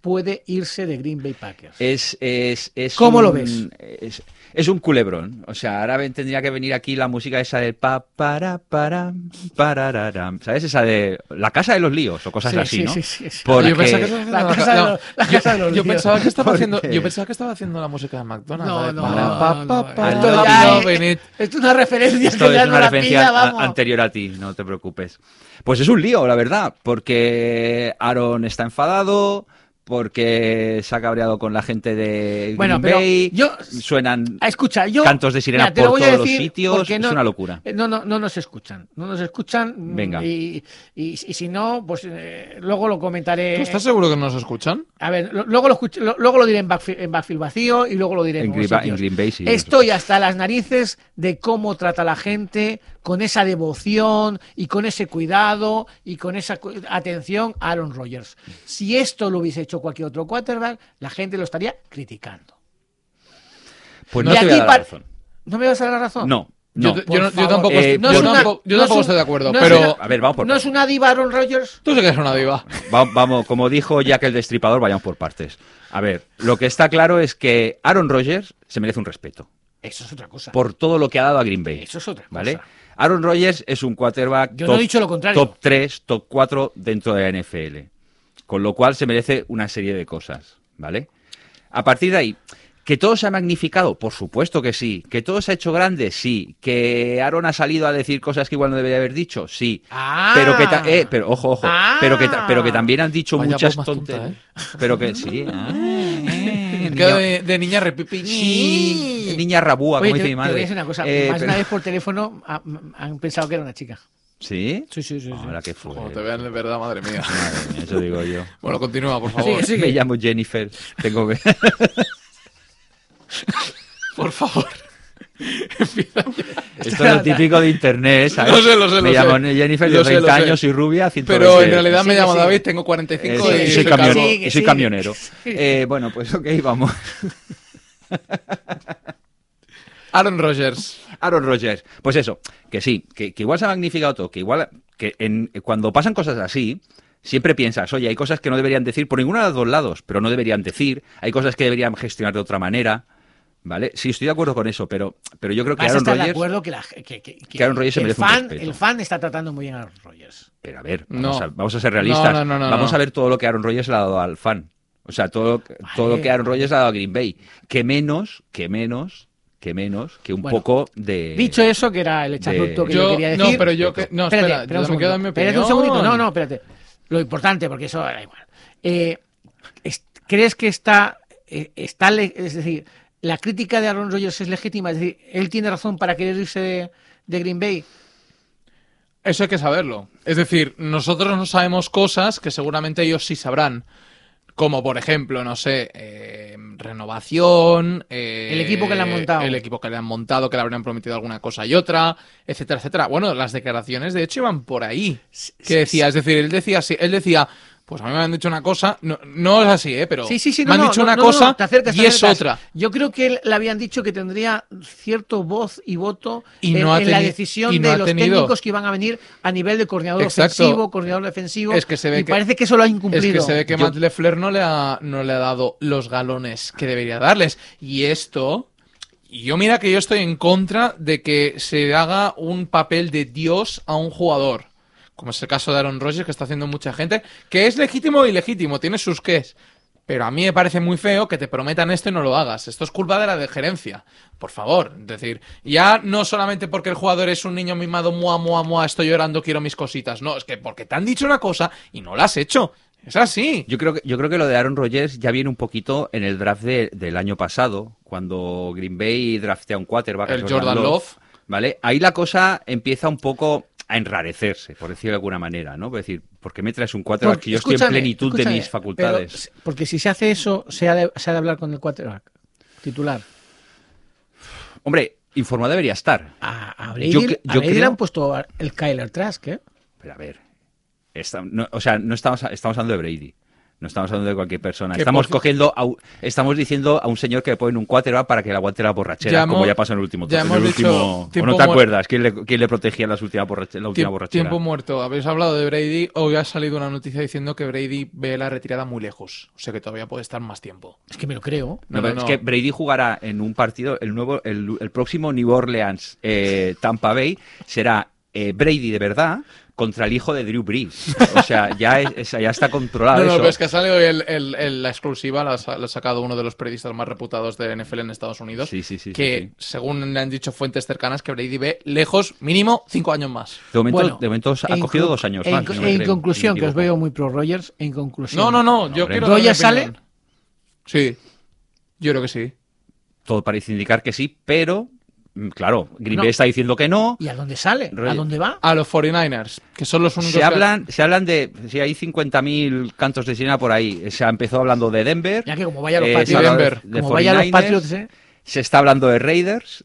Speaker 2: puede irse de Green Bay Packers.
Speaker 3: Es, es, es
Speaker 2: ¿Cómo lo
Speaker 3: un-
Speaker 2: ves?
Speaker 3: Es, es un culebrón. O sea, ahora ven- tendría que venir aquí la música esa del pa, para, para, parararam. ¿Sabes? Esa de la casa de los líos o cosas
Speaker 2: Sí,
Speaker 3: así,
Speaker 2: sí,
Speaker 3: ¿no?
Speaker 2: sí, sí, pues, sí.
Speaker 3: Porque-
Speaker 4: Yo pensaba que estaba haciendo
Speaker 2: La
Speaker 4: la
Speaker 2: casa
Speaker 4: ca-
Speaker 2: de los- la
Speaker 4: yo-
Speaker 2: casa de los
Speaker 4: yo
Speaker 2: líos.
Speaker 4: pensaba que estaba
Speaker 3: ¿Por
Speaker 4: haciendo
Speaker 3: qué?
Speaker 4: yo pensaba que estaba haciendo la música de McDonald's.
Speaker 2: No,
Speaker 4: la de
Speaker 2: no,
Speaker 4: para,
Speaker 2: no,
Speaker 4: pa,
Speaker 2: no,
Speaker 4: pa,
Speaker 2: no,
Speaker 4: pa,
Speaker 3: esto
Speaker 4: pa,
Speaker 3: ya
Speaker 4: pa,
Speaker 3: es-
Speaker 4: pa, pa,
Speaker 2: Esto es una referencia
Speaker 3: Esto
Speaker 2: que ya
Speaker 3: es
Speaker 2: no
Speaker 3: una
Speaker 2: la
Speaker 3: referencia
Speaker 2: pilla,
Speaker 3: a-
Speaker 2: vamos.
Speaker 3: anterior a ti, no te preocupes. Pues es un lío, la verdad, porque Aaron está enfadado, porque se ha cabreado con la gente de
Speaker 2: Bueno,
Speaker 3: Green
Speaker 2: pero
Speaker 3: Bay,
Speaker 2: yo-
Speaker 3: suenan
Speaker 2: Ah, Escucha, yo.
Speaker 3: cantos de sirena
Speaker 2: Mira, te
Speaker 3: por
Speaker 2: lo voy a
Speaker 3: todos los
Speaker 2: decir
Speaker 3: sitios,
Speaker 2: porque
Speaker 3: es
Speaker 2: no-
Speaker 3: una locura.
Speaker 2: eh, No, no, no nos escuchan. No nos escuchan. mm,
Speaker 3: Venga.
Speaker 2: Y, y- y si no, pues eh, luego lo comentaré.
Speaker 4: ¿Tú estás seguro que nos escuchan?
Speaker 2: A ver, lo- luego, lo escuch- lo- luego lo diré en backfield, en backfield vacío y luego lo diré en,
Speaker 3: En
Speaker 2: nuevos
Speaker 3: Green Ba-
Speaker 2: sitios.
Speaker 3: en Green Bay, sí,
Speaker 2: Estoy hasta las narices de cómo trata la gente con esa devoción y con ese cuidado y con esa cu- atención a Aaron Rodgers. Si esto lo hubiese hecho cualquier otro quarterback, la gente lo estaría criticando.
Speaker 3: Pues
Speaker 2: Y
Speaker 3: no te voy a
Speaker 2: aquí
Speaker 3: dar
Speaker 2: pa-
Speaker 3: la razón.
Speaker 2: ¿no me vas a dar la razón.
Speaker 3: No,
Speaker 4: Yo
Speaker 3: no.
Speaker 4: te-
Speaker 2: Por
Speaker 4: yo, no- yo
Speaker 2: favor.
Speaker 4: tampoco,
Speaker 3: Eh,
Speaker 4: estoy- yo
Speaker 3: no es
Speaker 2: una-
Speaker 4: tampoco- yo
Speaker 2: no es
Speaker 4: tampoco
Speaker 2: un-
Speaker 4: estoy de acuerdo,
Speaker 2: no es
Speaker 4: pero
Speaker 2: una-
Speaker 3: A ver, vamos por
Speaker 2: ¿No es
Speaker 3: partes.
Speaker 2: una diva Aaron Rodgers?
Speaker 4: tú sí que eres una
Speaker 2: [LAUGHS]
Speaker 4: diva.
Speaker 3: Va- vamos, como dijo Jack el Destripador, vayamos por partes. A ver, lo que está claro es que Aaron Rodgers se merece un respeto
Speaker 2: Eso es otra cosa.
Speaker 3: por todo lo que ha dado a Green Bay.
Speaker 2: Eso es otra cosa.
Speaker 3: ¿Vale? Aaron Rodgers es un quarterback
Speaker 2: Yo no he dicho lo contrario.
Speaker 3: top 3, top 4 dentro de la NFL. Con lo cual se merece una serie de cosas, ¿vale? A partir de ahí, ¿que todo se ha magnificado? Por supuesto que sí. ¿Que todo se ha hecho grande? Sí. ¿Que Aaron ha salido a decir cosas que igual no debería haber dicho? Sí.
Speaker 2: Ah.
Speaker 3: Pero que, ta- eh, pero, ojo, ojo.
Speaker 2: Ah.
Speaker 3: Pero, que ta- pero que también han dicho
Speaker 4: Vaya
Speaker 3: muchas
Speaker 4: voz más tonta,
Speaker 3: tonterías.
Speaker 4: ¿eh?
Speaker 3: [LAUGHS] Pero que sí. ah, eh,
Speaker 4: Queda
Speaker 3: niño-
Speaker 4: de, de niña repipi.
Speaker 3: sí, Niña rabúa,
Speaker 2: Oye,
Speaker 3: como
Speaker 2: te, te
Speaker 3: dice mi
Speaker 2: voy a
Speaker 3: madre.
Speaker 2: decir una cosa.
Speaker 3: Eh,
Speaker 2: más de
Speaker 3: pero-
Speaker 2: una vez por teléfono ha- han pensado que era una chica.
Speaker 3: ¿Sí?
Speaker 2: Sí, sí, sí. sí.
Speaker 3: Ahora que fue.
Speaker 4: Como te vean de verdad, madre
Speaker 3: [LAUGHS]
Speaker 4: mía.
Speaker 3: Madre mía, eso digo
Speaker 4: [LAUGHS]
Speaker 3: yo.
Speaker 4: Bueno, continúa, por favor.
Speaker 2: Sigue, sigue.
Speaker 3: Me llamo Jennifer. Tengo
Speaker 4: [LAUGHS]
Speaker 3: que... [LAUGHS]
Speaker 4: Por favor. Empieza ya.
Speaker 3: Esto es lo típico de internet, ¿sabes?
Speaker 4: Lo sé, lo sé, lo
Speaker 3: Me
Speaker 4: sé.
Speaker 3: llamo Jennifer,
Speaker 4: Lo
Speaker 3: de
Speaker 4: sé, lo
Speaker 3: 30
Speaker 4: sé.
Speaker 3: años, soy rubia, 120.
Speaker 4: Pero en realidad me
Speaker 2: Sigue,
Speaker 4: llamo
Speaker 2: sigue.
Speaker 4: David, tengo
Speaker 3: Eh,
Speaker 4: 45
Speaker 3: soy-
Speaker 4: y
Speaker 2: sí,
Speaker 3: soy,
Speaker 2: sí,
Speaker 4: calvo.
Speaker 3: camión-
Speaker 2: sigue,
Speaker 3: soy
Speaker 2: sigue.
Speaker 3: camionero. Eh, bueno, pues ok, vamos.
Speaker 4: Aaron Rodgers.
Speaker 3: Aaron Rodgers. Pues eso, que sí, que, que igual se ha magnificado todo, que igual que en- cuando pasan cosas así, siempre piensas, oye, hay cosas que no deberían decir por ninguno de los dos lados, pero no deberían decir, hay cosas que deberían gestionar de otra manera, ¿vale? Sí, estoy de acuerdo con eso, pero, pero yo creo que
Speaker 2: Vas a
Speaker 3: Aaron
Speaker 2: estar de
Speaker 3: Rodgers...
Speaker 2: acuerdo que, la- que- que- que-
Speaker 3: Aaron Rodgers se
Speaker 2: el,
Speaker 3: merece un
Speaker 2: fan,
Speaker 3: respeto.
Speaker 2: el fan está tratando muy bien a Aaron Rodgers.
Speaker 3: Pero a ver,
Speaker 4: No.
Speaker 3: vamos, a, vamos a ser realistas.
Speaker 4: No, no, no, no,
Speaker 3: vamos
Speaker 4: no.
Speaker 3: a ver todo lo que Aaron Rodgers le ha dado al fan. O sea, todo, lo que- todo lo
Speaker 2: Vale.
Speaker 3: que Aaron Rodgers le ha dado a Green Bay. Que menos, que menos, que menos, que un
Speaker 2: Bueno,
Speaker 3: poco Eh, de...
Speaker 2: Dicho eso, que era el
Speaker 3: Lo
Speaker 2: echatuto que yo,
Speaker 4: Yo-
Speaker 2: quería decir.
Speaker 4: no, pero yo que- no,
Speaker 2: Espérate,
Speaker 4: espera,
Speaker 2: espera un
Speaker 4: yo me quedo
Speaker 2: segundo.
Speaker 4: en mi
Speaker 2: Espérate un
Speaker 4: opinión.
Speaker 2: segundito. No, no, espérate. Lo importante, porque eso da igual. Eh, es- ¿Crees que está, eh, está le- es decir, la crítica de Aaron Rodgers es legítima? Es decir, él tiene razón para querer irse de, de Green Bay.
Speaker 4: Eso hay que saberlo. Es decir, nosotros no sabemos cosas que seguramente ellos sí sabrán. Como por ejemplo, no sé, eh, renovación. eh,
Speaker 2: El equipo que le han montado.
Speaker 4: El equipo que le han montado, que le habrán prometido alguna cosa y otra, etcétera, etcétera. Bueno, las declaraciones de hecho iban por ahí. Que decía, es decir, él decía, sí, él decía, pues a mí me han dicho una cosa, no, no es así, ¿eh? Pero
Speaker 2: Sí, sí, sí.
Speaker 4: me
Speaker 2: no,
Speaker 4: han
Speaker 2: no,
Speaker 4: dicho
Speaker 2: no,
Speaker 4: una
Speaker 2: no, no,
Speaker 4: cosa
Speaker 2: te acercas, te
Speaker 4: y es
Speaker 2: acercas.
Speaker 4: otra.
Speaker 2: Yo creo que él- le habían dicho que tendría cierto voz y voto
Speaker 4: Y
Speaker 2: en,
Speaker 4: no ha
Speaker 2: en la
Speaker 4: teni-
Speaker 2: decisión
Speaker 4: y no
Speaker 2: de
Speaker 4: ha
Speaker 2: los
Speaker 4: tenido.
Speaker 2: técnicos que iban a venir a nivel de coordinador
Speaker 4: Exacto.
Speaker 2: ofensivo, coordinador defensivo.
Speaker 4: Es que se ve
Speaker 2: y
Speaker 4: que-
Speaker 2: parece que eso lo ha
Speaker 4: Es
Speaker 2: incumplido.
Speaker 4: que se ve que
Speaker 3: Yo-
Speaker 4: Matt Lefler no le, ha, no le ha dado los galones que debería darles. Y esto, yo mira que yo estoy en contra de que se haga un papel de Dios a un jugador. Como es el caso de Aaron Rodgers, que está haciendo mucha gente, que es legítimo y legítimo, tiene sus qués. Pero a mí me parece muy feo que te prometan esto y no lo hagas. Esto es culpa de la de gerencia. Por favor, es decir, ya no solamente porque el jugador es un niño mimado, mua, mua, mua, estoy llorando, quiero mis cositas. No, es que porque te han dicho una cosa y no la has hecho. Es así.
Speaker 3: Yo creo, que, yo creo que lo de Aaron Rodgers ya viene un poquito en el draft de- del año pasado, cuando Green Bay draftea un quarterback.
Speaker 4: El Jordan Love.
Speaker 3: ¿Vale? Ahí la cosa empieza un poco a enrarecerse, por decirlo de alguna manera, ¿no? Por decir, ¿por qué me traes un quarterback
Speaker 2: Porque-
Speaker 3: que yo estoy en
Speaker 2: escúchame,
Speaker 3: plenitud de
Speaker 2: escúchame,
Speaker 3: mis facultades?
Speaker 2: pero si- porque si se hace eso, se ha de, se ha de hablar con el quarterback titular.
Speaker 3: Hombre, informado debería estar.
Speaker 2: A, a Brady,
Speaker 3: Yo que-
Speaker 2: a
Speaker 3: yo
Speaker 2: Brady le
Speaker 3: creo-
Speaker 2: han puesto a- el Kyler Trask, ¿eh?
Speaker 3: Pero a ver, esta- no- o sea, no estamos, estamos hablando de Brady. No estamos hablando de cualquier persona.
Speaker 4: Que
Speaker 3: Estamos
Speaker 4: por-
Speaker 3: cogiendo, a un- estamos diciendo a un señor que le ponen un quarterback para que le aguante la borrachera,
Speaker 4: Ya
Speaker 3: como
Speaker 4: hemos-
Speaker 3: ya pasó en el último.
Speaker 4: ya
Speaker 3: en
Speaker 4: hemos
Speaker 3: el
Speaker 4: dicho
Speaker 3: último-
Speaker 4: tiempo
Speaker 3: ¿o no te
Speaker 4: mu-
Speaker 3: acuerdas? ¿Quién le, quién le protegía las últimas borrache- la última
Speaker 4: Tiemp-
Speaker 3: borrachera?
Speaker 4: tiempo muerto. Habéis hablado de Brady. Hoy ha salido una noticia diciendo que Brady ve la retirada muy lejos. O sea que todavía puede estar más tiempo.
Speaker 2: Es que me lo creo.
Speaker 3: No, pero
Speaker 4: No, no,
Speaker 3: es
Speaker 4: no.
Speaker 3: que Brady jugará en un partido, el nuevo, el, el próximo New Orleans eh, Tampa Bay será eh, Brady de verdad contra el hijo de Drew Brees. O sea, ya, es- es- ya está controlado
Speaker 4: no, no,
Speaker 3: Ah, eso.
Speaker 4: pero es que ha salido hoy el- el- el- la exclusiva, la, sa- la ha sacado uno de los periodistas más reputados de NFL en Estados Unidos.
Speaker 3: Sí, sí, sí,
Speaker 4: que
Speaker 3: sí, sí.
Speaker 4: según le han dicho fuentes cercanas, que Brady ve lejos, mínimo cinco años más.
Speaker 3: De momento,
Speaker 2: Bueno,
Speaker 3: de momento ha
Speaker 2: en
Speaker 3: cogido
Speaker 2: con-
Speaker 3: dos años
Speaker 2: en,
Speaker 3: más.
Speaker 2: co-
Speaker 3: si no
Speaker 2: En,
Speaker 3: me creo,
Speaker 2: conclusión,
Speaker 3: me
Speaker 2: que os
Speaker 3: equivoco.
Speaker 2: veo muy pro Rogers, en conclusión.
Speaker 4: No, no, no, yo
Speaker 3: hombre.
Speaker 4: quiero.
Speaker 2: ¿Roya
Speaker 4: dar mi
Speaker 2: sale?
Speaker 4: opinión. Sí. Yo creo que sí.
Speaker 3: Todo parece indicar que sí, pero mm, claro, Green
Speaker 2: No.
Speaker 3: Bay está diciendo que no.
Speaker 2: ¿Y a dónde sale? ¿A
Speaker 3: Rogers.
Speaker 2: dónde va?
Speaker 4: A los 49ers, que son los únicos
Speaker 3: Se
Speaker 4: que-
Speaker 3: hablan, se hablan de. Si hay 50.000 cantos de sirena por ahí. Se ha empezado hablando de Denver.
Speaker 2: Ya que como vaya a los
Speaker 3: eh, se ha
Speaker 2: Patriots,
Speaker 3: hablado
Speaker 4: Denver,
Speaker 3: de
Speaker 2: como vaya a los
Speaker 3: 49ers,
Speaker 2: Patriots, ¿eh?
Speaker 3: Se está hablando de Raiders.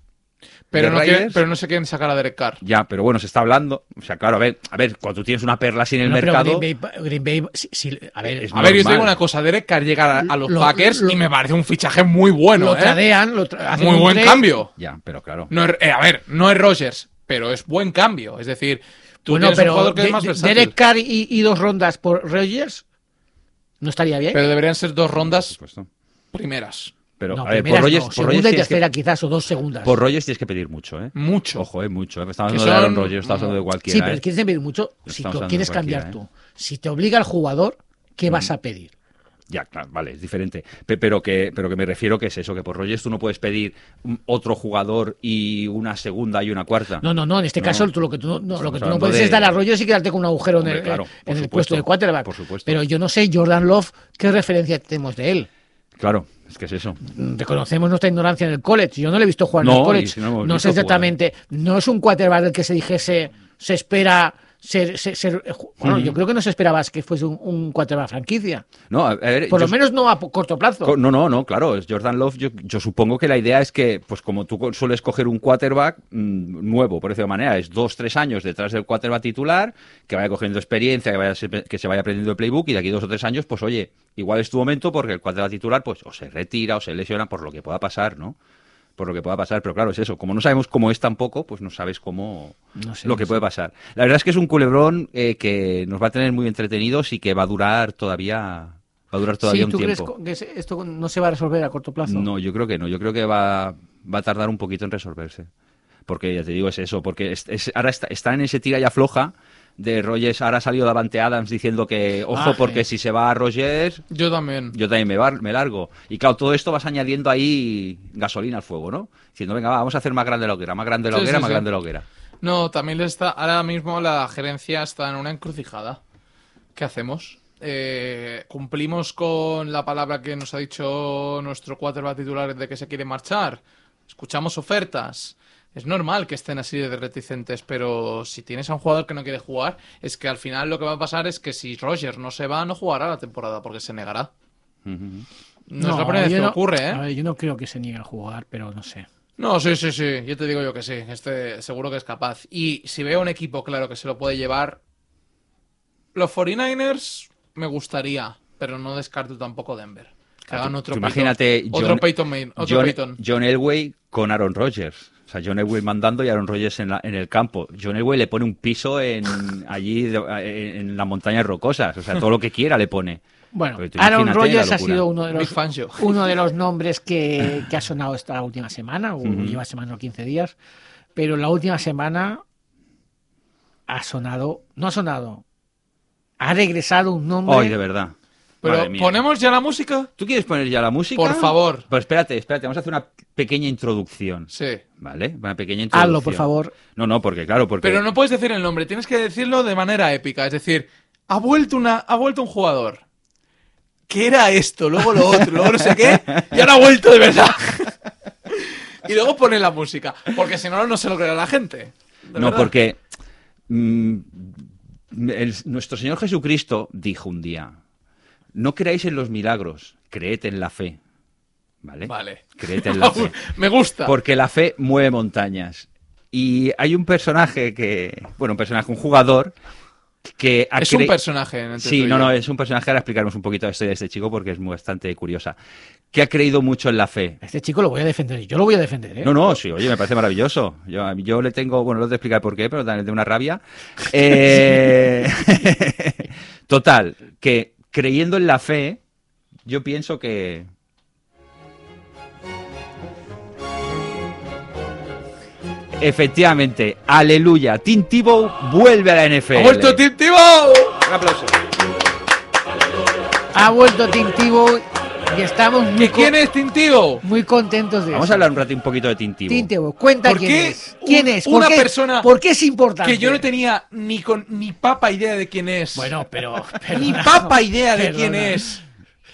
Speaker 4: Pero
Speaker 3: de
Speaker 4: no, quiere-
Speaker 3: Raiders.
Speaker 4: pero no se quieren sacar a Derek Carr.
Speaker 3: Ya, pero bueno, se está hablando. O sea, claro, a ver, a ver, cuando tú tienes una perla así en el
Speaker 2: No, pero
Speaker 3: mercado.
Speaker 2: Green Bay, Green Bay- si- si- a ver,
Speaker 3: Es
Speaker 4: A ver, yo te
Speaker 3: normal.
Speaker 4: digo una cosa, Derek Carr llega a, a los
Speaker 2: Lo-
Speaker 4: Packers
Speaker 2: lo-
Speaker 4: y me parece un fichaje muy bueno,
Speaker 2: lo
Speaker 4: ¿eh?
Speaker 2: tradean, lo tra- hacen
Speaker 4: Muy
Speaker 2: un
Speaker 4: buen
Speaker 2: trade.
Speaker 4: cambio.
Speaker 3: Ya, pero claro.
Speaker 2: Mm.
Speaker 4: No es- eh, a ver, no es Rogers, pero es buen cambio. Es decir, tú
Speaker 2: Bueno,
Speaker 4: tienes un
Speaker 2: pero
Speaker 4: jugador que
Speaker 2: de-
Speaker 4: es más
Speaker 2: de-
Speaker 4: versátil.
Speaker 2: Derek Carr y, y dos rondas por Rogers no estaría bien.
Speaker 4: Pero deberían ser dos
Speaker 3: Por
Speaker 4: rondas
Speaker 3: supuesto.
Speaker 4: primeras.
Speaker 3: Pero,
Speaker 2: no,
Speaker 3: a ver, por
Speaker 2: primeras
Speaker 3: Rogers,
Speaker 2: no,
Speaker 3: por, Rogers
Speaker 2: segunda y
Speaker 3: tienes que,
Speaker 2: tercera quizás, o dos segundas.
Speaker 3: por Rogers tienes que pedir mucho, ¿eh?
Speaker 4: Mucho.
Speaker 3: Ojo, ¿eh? Mucho. ¿eh? Estamos
Speaker 4: Que
Speaker 3: hablando de Aaron
Speaker 4: son-
Speaker 3: Rodgers, estamos hablando de cualquiera.
Speaker 2: Mm. sí, pero
Speaker 3: ¿eh?
Speaker 2: es que tienes que pedir mucho si
Speaker 3: Estamos
Speaker 2: tú
Speaker 3: hablando de
Speaker 2: quieres cambiar
Speaker 3: cualquiera, ¿eh? Mm.
Speaker 2: tú. Si te obliga el jugador, ¿qué vas a pedir?
Speaker 3: Ya, claro, vale, es diferente. Pe- pero, que, pero que me refiero que es eso, que por Rogers tú no puedes pedir un- otro jugador y una segunda y una cuarta.
Speaker 2: No, no, no. En este
Speaker 3: No.
Speaker 2: caso, tú lo que tú no, no, lo
Speaker 3: Estamos
Speaker 2: que tú no
Speaker 3: hablando
Speaker 2: puedes
Speaker 3: de-
Speaker 2: es dar a Rogers y quedarte con un agujero en
Speaker 3: Hombre,
Speaker 2: el,
Speaker 3: claro,
Speaker 2: en
Speaker 3: por
Speaker 2: el
Speaker 3: supuesto,
Speaker 2: puesto de quarterback.
Speaker 3: por supuesto.
Speaker 2: Pero yo no sé, Jordan Love, ¿qué referencia tenemos de él?
Speaker 3: Claro, es que es eso.
Speaker 2: Mm, Reconocemos nuestra ignorancia en el college. Yo no le he visto jugar en
Speaker 3: No,
Speaker 2: el
Speaker 3: y
Speaker 2: college.
Speaker 3: si no hemos
Speaker 2: no sé
Speaker 3: visto jugar.
Speaker 2: exactamente. No es un quarterback del que se dijese, se espera ser, ser- ser- eh, bueno, yo creo que no se esperaba que fuese un, un quarterback franquicia.
Speaker 3: No, a a ver,
Speaker 2: Por lo
Speaker 3: Eh, yo-
Speaker 2: menos no a po- corto plazo.
Speaker 3: Co- No, no, no, claro. es Jordan Love, yo, yo supongo que la idea es que, pues como tú co- sueles coger un quarterback mm, nuevo, por decirlo de manera, es dos, tres años detrás del quarterback titular, que vaya cogiendo experiencia, que, vaya, se- que se vaya aprendiendo el playbook y de aquí dos o tres años, pues oye, igual es tu momento porque el quarterback titular, pues o se retira o se lesiona por lo que pueda pasar, ¿no? Por lo que pueda pasar, pero claro, es eso. Como no sabemos cómo es tampoco, pues no sabes cómo
Speaker 2: No sé,
Speaker 3: lo que
Speaker 2: no sé.
Speaker 3: puede pasar. La verdad es que es un culebrón eh, que nos va a tener muy entretenidos y que va a durar todavía, va a durar todavía
Speaker 2: Sí,
Speaker 3: un
Speaker 2: ¿tú
Speaker 3: tiempo.
Speaker 2: crees co- que se- esto no se va a resolver a corto plazo?
Speaker 3: No, yo creo que no. Yo creo que va, va a tardar un poquito en resolverse. Porque ya te digo, es eso. Porque es- es- ahora está, está en ese tira y afloja de Rogers. Ahora ha salido Davante Adams diciendo que, ojo,
Speaker 2: Ah,
Speaker 3: porque
Speaker 2: sí.
Speaker 3: si se va a Rogers,
Speaker 4: Yo también.
Speaker 3: yo también me, bar- me largo. Y claro, todo esto vas añadiendo ahí gasolina al fuego, ¿no? Diciendo, venga, va, vamos a hacer más grande la hoguera, más grande la
Speaker 4: Sí,
Speaker 3: hoguera,
Speaker 4: sí,
Speaker 3: más
Speaker 4: sí.
Speaker 3: grande la hoguera.
Speaker 4: No, también le está. Ahora mismo la gerencia está en una encrucijada. ¿Qué hacemos? Eh, ¿Cumplimos con la palabra que nos ha dicho nuestro quarterback titular de que se quiere marchar? ¿Escuchamos ofertas? Es normal que estén así de reticentes, pero si tienes a un jugador que no quiere jugar, es que al final lo que va a pasar es que si Rogers no se va, no jugará la temporada porque se negará. No, es la primera vez
Speaker 2: yo
Speaker 4: que
Speaker 2: no-
Speaker 4: ocurre, ¿eh?
Speaker 2: a ver, yo no creo que se niegue a jugar, pero no sé.
Speaker 4: No, sí, sí, sí. Yo te digo yo que sí. Este seguro que es capaz. Y si veo un equipo, claro, que se lo puede llevar. Los 49ers me gustaría, pero no descarto tampoco Denver. Que hagan
Speaker 3: Ah,
Speaker 4: otro
Speaker 3: Tú
Speaker 4: Peyton-
Speaker 3: imagínate
Speaker 4: otro
Speaker 3: John-
Speaker 4: Peyton Manning, otro
Speaker 3: John,
Speaker 4: Peyton.
Speaker 3: John Elway con Aaron Rodgers. O sea, John Elway mandando y Aaron Rodgers en, la- en el campo. John Elway le pone un piso en allí de- en las montañas rocosas. O sea, todo lo que quiera le pone.
Speaker 2: Bueno,
Speaker 3: Porque tú
Speaker 2: Aaron
Speaker 3: imagínate la
Speaker 2: Rodgers ha
Speaker 3: locura.
Speaker 2: sido uno de
Speaker 4: Big
Speaker 2: los,
Speaker 4: Fangio.
Speaker 2: uno de los nombres que, que ha sonado esta última semana, o lleva semana o 15 días, pero la última semana ha sonado, no ha sonado, ha regresado un nombre.
Speaker 3: Ay, de verdad.
Speaker 4: Pero
Speaker 3: Madre mía.
Speaker 4: ponemos ya la música.
Speaker 3: ¿Tú quieres poner ya la música?
Speaker 4: Por favor.
Speaker 3: Pero espérate, espérate. Vamos a hacer una pequeña introducción.
Speaker 4: Sí.
Speaker 3: ¿Vale? Una pequeña introducción.
Speaker 2: Hazlo, por favor.
Speaker 3: No, no, porque claro, porque...
Speaker 4: Pero no puedes decir el nombre, tienes que decirlo de manera épica. Es decir, ha vuelto, una, ha vuelto un jugador. ¿Qué era esto? Luego lo otro, luego no sé qué. Y ahora ha vuelto de verdad. [LAUGHS] Y luego pone la música. Porque si no, no se lo creerá la gente. De
Speaker 3: No,
Speaker 4: verdad.
Speaker 3: porque mm, el- nuestro Señor Jesucristo dijo un día, no creáis en los milagros, creed en la fe. ¿Vale?
Speaker 4: Vale.
Speaker 3: Creed
Speaker 4: [LAUGHS]
Speaker 3: en la fe.
Speaker 4: Me gusta.
Speaker 3: Porque la fe mueve montañas. Y hay un personaje que, bueno, un personaje, un jugador que ha
Speaker 4: Es un
Speaker 3: cre-
Speaker 4: personaje. entre tú
Speaker 3: Sí,
Speaker 4: y
Speaker 3: no,
Speaker 4: yo.
Speaker 3: no, es un personaje, ahora explicaremos un poquito la historia de este chico porque es muy- bastante curiosa, que ha creído mucho en la fe.
Speaker 2: A Este chico lo voy a defender, yo lo voy a defender, ¿eh?
Speaker 3: No, no, sí, oye, me parece maravilloso. Yo, a mí- yo le tengo, bueno, no te explicar por qué, pero también de una rabia. Eh, [LAUGHS] Total, que creyendo en la fe, yo pienso que. Efectivamente, aleluya, Tim Tebow vuelve a la NFL.
Speaker 4: ¡Ha vuelto Tim Tebow!
Speaker 3: Un aplauso.
Speaker 2: Ha vuelto Tintivo y estamos muy,
Speaker 4: ¿Que
Speaker 2: co-
Speaker 4: quién es Tim Tebow?
Speaker 2: muy contentos de
Speaker 3: Vamos
Speaker 2: eso.
Speaker 3: a hablar un rato un poquito de Tim Tebow.
Speaker 2: Tintivo, cuenta
Speaker 4: ¿Por
Speaker 2: quién
Speaker 4: qué
Speaker 2: es. ¿Quién
Speaker 4: un-
Speaker 2: es? ¿Por
Speaker 4: una
Speaker 2: qué-
Speaker 4: persona
Speaker 2: ¿Por qué es importante?
Speaker 4: Que yo no tenía ni, con, ni papa idea de quién es.
Speaker 2: Bueno, pero.
Speaker 4: [LAUGHS] Ni
Speaker 2: perdona.
Speaker 4: papa idea de
Speaker 2: Perdona.
Speaker 4: quién es.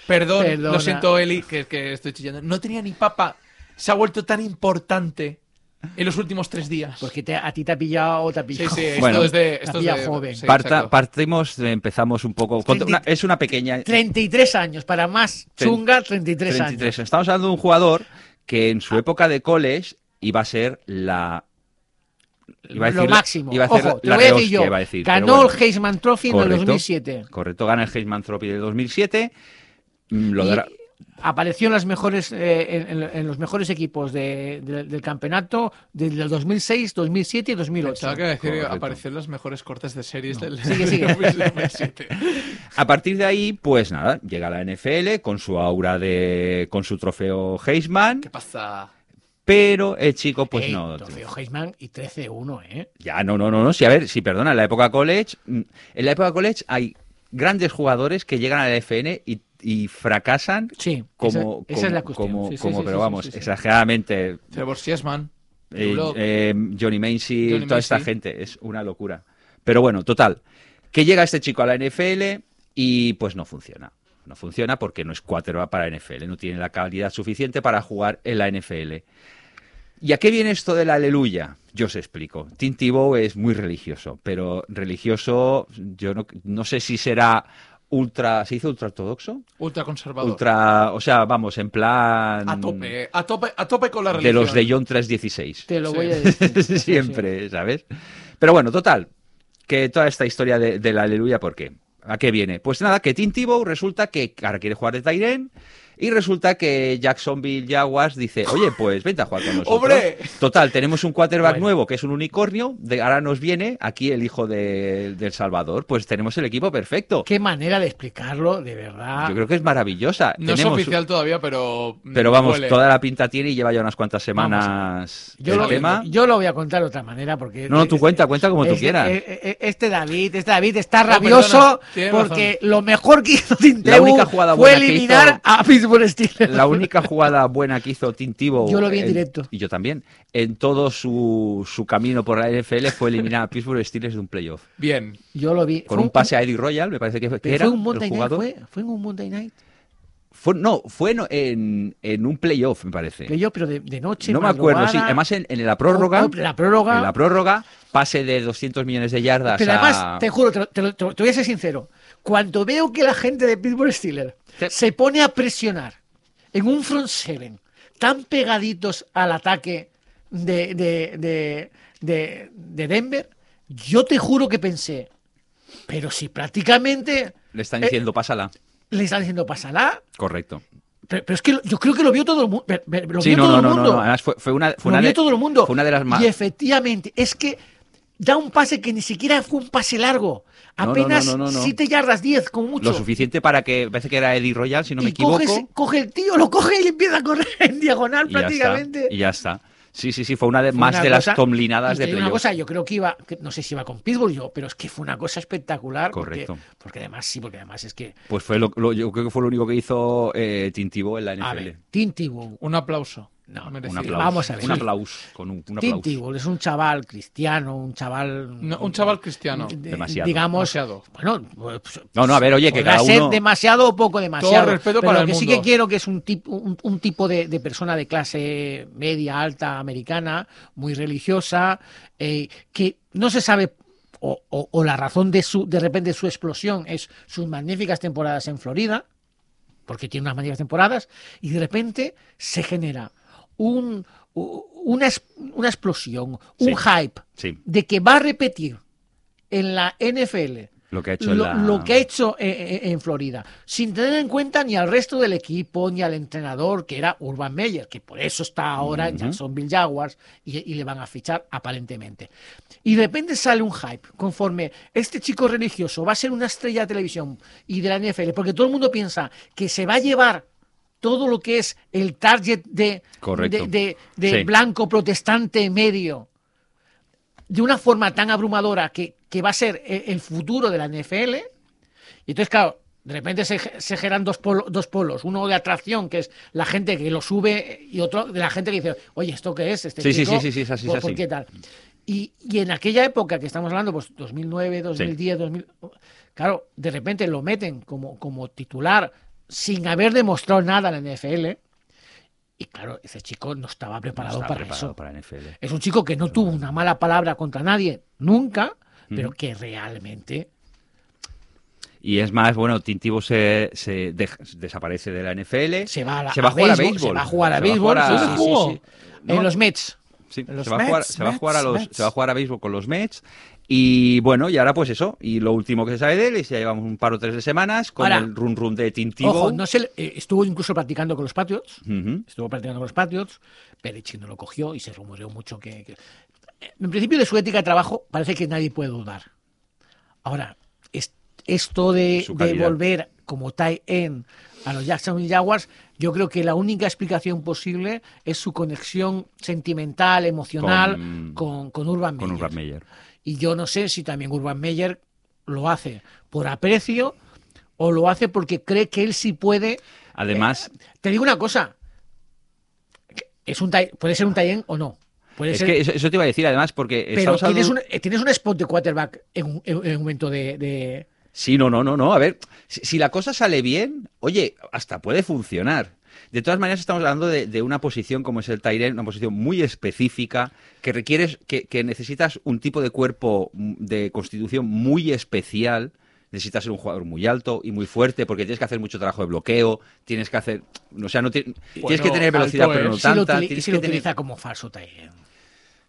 Speaker 4: Perdón,
Speaker 2: Perdona.
Speaker 4: lo siento, Eli, que, que estoy chillando. No tenía ni papa. Se ha vuelto tan importante en los últimos tres días.
Speaker 2: Porque te- a ti te ha pillado o te ha
Speaker 4: Sí,
Speaker 2: pillado. [LAUGHS]
Speaker 4: sí, esto
Speaker 3: Bueno.
Speaker 4: es de. Esto es
Speaker 2: Había
Speaker 4: de-
Speaker 2: joven.
Speaker 4: sí,
Speaker 3: Parta-
Speaker 4: exacto.
Speaker 3: partimos, eh, empezamos un poco. con una- es una pequeña.
Speaker 2: 33 años, para más
Speaker 3: Tren-
Speaker 2: chunga, 33,
Speaker 3: 33.
Speaker 2: años.
Speaker 3: Estamos hablando de un jugador que en su época de college iba a ser la. iba a
Speaker 2: lo
Speaker 3: decir la-
Speaker 2: máximo.
Speaker 3: iba a hacer
Speaker 2: Ojo, te
Speaker 3: la
Speaker 2: lo voy a decir
Speaker 3: rehostia,
Speaker 2: yo.
Speaker 3: iba a decir, pero
Speaker 2: Ganó
Speaker 3: bueno.
Speaker 2: el Heisman Trophy en el
Speaker 3: Correcto.
Speaker 2: 2007.
Speaker 3: Correcto, gana el Heisman Trophy del 2007. mm, Lo
Speaker 2: Y
Speaker 3: dará-
Speaker 2: Apareció en, las mejores, eh, en, en- en los mejores equipos de- de- del campeonato desde el 2006, 2007 y 2008.
Speaker 4: Pensaba que iba a decir
Speaker 3: Correcto.
Speaker 4: aparecer las mejores cortes de series del.
Speaker 2: Sigue,
Speaker 4: [LAUGHS]
Speaker 2: sigue.
Speaker 4: del 2007.
Speaker 3: A partir de ahí, pues nada, llega la NFL con su aura de. con su trofeo Heisman,
Speaker 4: ¿Qué pasa?
Speaker 3: pero el chico, pues
Speaker 2: Ey,
Speaker 3: no.
Speaker 2: Eh, Trofeo Heisman y 13-1, ¿eh?
Speaker 3: Ya, no, no, no, no. Sí, a ver, sí, perdona, en la época college. mm, En la época college hay grandes jugadores que llegan a la FN y, y fracasan
Speaker 2: Sí,
Speaker 3: como.
Speaker 2: esa, esa es la
Speaker 3: como-
Speaker 2: cuestión.
Speaker 3: como-
Speaker 2: Sí, sí,
Speaker 3: como-
Speaker 2: sí,
Speaker 3: pero
Speaker 2: sí,
Speaker 3: vamos,
Speaker 2: sí, sí.
Speaker 3: exageradamente.
Speaker 4: Trevor Siesman.
Speaker 3: eh,
Speaker 4: Drew Lock.
Speaker 3: eh, Johnny Manziel,
Speaker 4: Johnny
Speaker 3: toda esta
Speaker 4: Manziel.
Speaker 3: gente. Es una locura. Pero bueno, total. Que llega este chico a la NFL y pues no funciona. No funciona porque no es quarterback para NFL. No tiene la calidad suficiente para jugar en la NFL. ¿Y a qué viene esto del aleluya? Yo os explico. Tim Tebow es muy religioso, pero religioso, yo no, no sé si será ultra. ¿Se hizo ultra ortodoxo?
Speaker 4: Ultra conservador.
Speaker 3: Ultra. O sea, vamos, en plan.
Speaker 4: A tope, eh, a tope, a tope con la
Speaker 3: De
Speaker 4: religión.
Speaker 3: los de John 316.
Speaker 2: Te lo
Speaker 4: Sí.
Speaker 2: voy a decir.
Speaker 3: [LAUGHS] Siempre, ¿sabes? Pero bueno, total. Que toda esta historia de, del aleluya, ¿por qué? ¿A qué viene? Pues nada, que Tim Tebow resulta que ahora quiere jugar de Tyren y resulta que Jacksonville Jaguars dice, oye, pues vente a jugar con nosotros.
Speaker 4: ¡Hombre!
Speaker 3: Total, tenemos un quarterback
Speaker 4: Bueno.
Speaker 3: nuevo que es un unicornio, de, ahora nos viene aquí el hijo de, del Salvador, pues tenemos el equipo perfecto.
Speaker 2: Qué manera de explicarlo, de verdad.
Speaker 3: Yo creo que es maravillosa.
Speaker 4: Ah. No es
Speaker 3: Tenemos-
Speaker 4: oficial todavía, pero.
Speaker 3: Pero vamos,
Speaker 4: huele.
Speaker 3: toda la pinta tiene y lleva ya unas cuantas
Speaker 4: Vamos
Speaker 3: semanas
Speaker 2: Yo
Speaker 3: el
Speaker 2: lo,
Speaker 3: tema.
Speaker 2: yo lo voy a contar de otra manera porque...
Speaker 3: No, no, tú cuenta, cuenta como tú
Speaker 2: este-
Speaker 3: quieras. Oh,
Speaker 2: eh, eh, Este David, este David está
Speaker 4: No,
Speaker 2: rabioso
Speaker 4: perdona, tienes
Speaker 2: porque lo mejor que hizo
Speaker 3: La
Speaker 2: Tinteu
Speaker 3: única jugada
Speaker 2: fue
Speaker 3: buena que
Speaker 2: eliminar
Speaker 3: hizo-
Speaker 2: a Pittsburgh Steelers.
Speaker 3: La única jugada buena que hizo Tim Tebow
Speaker 2: Yo lo vi en directo.
Speaker 3: Y yo también. En todo su, su camino por la NFL fue eliminar a Pittsburgh Steelers de un playoff.
Speaker 4: Bien.
Speaker 2: Yo lo vi.
Speaker 3: Con
Speaker 2: Fue
Speaker 3: un pase a Eddie Royal, me parece que, que
Speaker 2: pero
Speaker 3: era
Speaker 2: fue un
Speaker 3: el
Speaker 2: Monday Night,
Speaker 3: jugador.
Speaker 2: fue, fue en un Monday Night.
Speaker 3: Fue- no, fue en, en- en un playoff, me parece.
Speaker 2: Que yo, pero de, de noche,
Speaker 3: no me acuerdo, sí.
Speaker 2: madrugada.
Speaker 3: Además, en, en la prórroga.
Speaker 2: Oh, oh, la prórroga.
Speaker 3: En la prórroga, pase de 200 millones de yardas
Speaker 2: Pero
Speaker 3: a-
Speaker 2: además, te juro, te, lo- te lo- te lo- te voy a ser sincero. Cuando veo que la gente de Pittsburgh Steelers
Speaker 3: Te-
Speaker 2: se pone a presionar en un front seven tan pegaditos al ataque de, de, de- de- de Denver, yo te juro que pensé, pero si prácticamente
Speaker 3: Le están
Speaker 2: Eh,
Speaker 3: diciendo, pásala.
Speaker 2: le están diciendo pásala,
Speaker 3: Correcto.
Speaker 2: pero, pero es que lo- yo creo que lo vio todo el mundo. Lo
Speaker 3: Sí,
Speaker 2: vio
Speaker 3: no,
Speaker 2: todo
Speaker 3: no,
Speaker 2: el
Speaker 3: no, no,
Speaker 2: mundo.
Speaker 3: no, Además, fue, fue una, fue
Speaker 2: Lo
Speaker 3: una
Speaker 2: vio
Speaker 3: de,
Speaker 2: todo el mundo.
Speaker 3: Fue una de las más.
Speaker 2: Y efectivamente, es que da un pase que ni siquiera fue un pase largo.
Speaker 3: No, no,
Speaker 2: Apenas
Speaker 3: no, no, no, no.
Speaker 2: 7 yardas, 10, como mucho.
Speaker 3: Lo suficiente para que. Parece que era Eddie Royal, si no me
Speaker 2: y
Speaker 3: equivoco.
Speaker 2: coge, ese- coge el tío, lo coge y empieza a correr [LAUGHS] en diagonal
Speaker 3: [LAUGHS] Y ya está,
Speaker 2: prácticamente.
Speaker 3: Y ya está. Sí, sí, sí, fue una de
Speaker 2: Fue
Speaker 3: más
Speaker 2: una
Speaker 3: de
Speaker 2: cosa-
Speaker 3: las tomlinadas
Speaker 2: y
Speaker 3: de
Speaker 2: te digo una
Speaker 3: playoff.
Speaker 2: cosa, yo creo que iba, que no sé si iba con Pittsburgh yo, pero es que fue una cosa espectacular. porque-
Speaker 3: Correcto.
Speaker 2: Porque, además, sí, porque además es que.
Speaker 3: Pues fue lo, lo- yo creo que fue lo único que hizo eh, Tintivo en la
Speaker 2: A
Speaker 3: NFL.
Speaker 2: ver, Tim Tebow.
Speaker 4: Un aplauso.
Speaker 2: No,
Speaker 4: Merecido.
Speaker 3: Un aplauso.
Speaker 2: Vamos a ver.
Speaker 3: Un aplauso. Con un, un
Speaker 2: Tim
Speaker 3: aplauso.
Speaker 2: Tebow es un chaval cristiano, un chaval.
Speaker 4: No, un chaval cristiano.
Speaker 2: Mm, de-
Speaker 3: Demasiado.
Speaker 2: Digamos,
Speaker 4: Demasiado.
Speaker 2: bueno, pues,
Speaker 3: No, no, a ver, oye, que
Speaker 2: podrá
Speaker 3: cada
Speaker 2: ser
Speaker 3: uno.
Speaker 2: demasiado o poco demasiado.
Speaker 4: Todo respeto
Speaker 2: pero
Speaker 4: para
Speaker 2: lo
Speaker 4: el
Speaker 2: que sí
Speaker 4: mundo.
Speaker 2: que quiero que es un tipo, un, un tipo de, de persona de clase media, alta, americana, muy religiosa, eh, que no se sabe. O, o- o la razón de su de repente su explosión es sus magníficas temporadas en Florida, porque tiene unas magníficas temporadas, y de repente se genera un, u- una, es- una explosión, un
Speaker 3: Sí.
Speaker 2: hype
Speaker 3: Sí,
Speaker 2: de que va a repetir en la NFL
Speaker 3: lo que ha hecho en
Speaker 2: lo,
Speaker 3: la-
Speaker 2: lo que ha hecho eh, eh, en Florida, sin tener en cuenta ni al resto del equipo, ni al entrenador, que era Urban Meyer, que por eso está ahora en
Speaker 3: Ujú.
Speaker 2: Jacksonville Jaguars y, y le van a fichar aparentemente. Y de repente sale un hype, conforme este chico religioso va a ser una estrella de televisión y de la NFL, porque todo el mundo piensa que se va a llevar todo lo que es el target de,
Speaker 3: Correcto.
Speaker 2: de, de- de
Speaker 3: Sí.
Speaker 2: blanco protestante medio de una forma tan abrumadora que, que va a ser e- el futuro de la NFL. Y entonces, claro, de repente se, ge- se generan dos, polo- dos polos. Uno de atracción, que es la gente que lo sube, y otro de la gente que dice, oye, ¿esto qué es? Este
Speaker 3: Sí, sí,
Speaker 2: chico,
Speaker 3: sí, sí, sí, es así, es
Speaker 2: ¿por- por
Speaker 3: así.
Speaker 2: qué tal? Y, y en aquella época que estamos hablando, pues 2009, 2010, 2000... Claro, de repente lo meten como, como titular sin haber demostrado nada en la NFL. Y claro, ese chico no estaba
Speaker 3: no
Speaker 2: preparado
Speaker 3: está
Speaker 2: para
Speaker 3: preparado
Speaker 2: eso.
Speaker 3: para NFL.
Speaker 2: Es un chico que no tuvo una mala palabra contra nadie nunca, pero que realmente
Speaker 3: Y es más, bueno, Tintivo se, se dej- desaparece de la NFL.
Speaker 2: se va a, la-
Speaker 3: se va a jugar a
Speaker 2: béisbol,
Speaker 3: béisbol.
Speaker 2: Se va a jugar a
Speaker 3: Se va a
Speaker 2: béisbol.
Speaker 3: jugar a-
Speaker 2: sí, sí, sí,
Speaker 4: ¿Dónde
Speaker 2: sí.
Speaker 3: jugó?
Speaker 2: En
Speaker 3: ¿No?
Speaker 2: los Mets.
Speaker 3: Sí,
Speaker 4: Los
Speaker 3: se, va a jugar,
Speaker 4: Mets,
Speaker 3: se va a jugar a los,
Speaker 4: Mets,
Speaker 3: se va a jugar a béisbol con los Mets. Y bueno, y ahora pues eso. Y lo último que se sabe de él es que ya llevamos un par o tres de semanas con
Speaker 2: Ahora,
Speaker 3: el run run de Tintivo.
Speaker 2: Ojo, no se le- eh, estuvo incluso practicando con los Patriots.
Speaker 3: Ujú.
Speaker 2: Estuvo practicando con los Patriots. Belichick no lo cogió y se rumoreó mucho que, que- En principio, de su ética de trabajo parece que nadie puede dudar. Ahora, es- esto de,
Speaker 3: Su
Speaker 2: de
Speaker 3: calidad.
Speaker 2: volver como tie end a los Jacksonville Jaguars, yo creo que la única explicación posible es su conexión sentimental, emocional con,
Speaker 3: Con-
Speaker 2: con Urban
Speaker 3: Con
Speaker 2: Meyer.
Speaker 3: Urban Meyer.
Speaker 2: Y yo no sé si también Urban Meyer lo hace por aprecio o lo hace porque cree que él sí puede.
Speaker 3: Además,
Speaker 2: Te digo una cosa. Es un tie- puede ser un tie o no. Puede
Speaker 3: es
Speaker 2: ser,
Speaker 3: que eso, eso te iba a decir, además, porque
Speaker 2: pero
Speaker 3: estamos hablando-
Speaker 2: tienes, un, eh, tienes un spot de quarterback en un, en un momento de, de-
Speaker 3: Sí, no, no, no, no. A ver, si, si la cosa sale bien, oye, hasta puede funcionar. De todas maneras, estamos hablando de, de una posición como es el Tyrell, una posición muy específica, que requieres, que, que necesitas un tipo de cuerpo mm, de constitución muy especial. Necesitas ser un jugador muy alto y muy fuerte porque tienes que hacer mucho trabajo de bloqueo, tienes que hacer, o sea, no ti- tienes que tener
Speaker 4: alto
Speaker 3: velocidad pero
Speaker 4: es.
Speaker 3: no
Speaker 2: Si lo,
Speaker 3: tanta,
Speaker 2: utili-
Speaker 3: tienes
Speaker 2: si lo
Speaker 3: que tener-
Speaker 2: utiliza como falso Tyrion.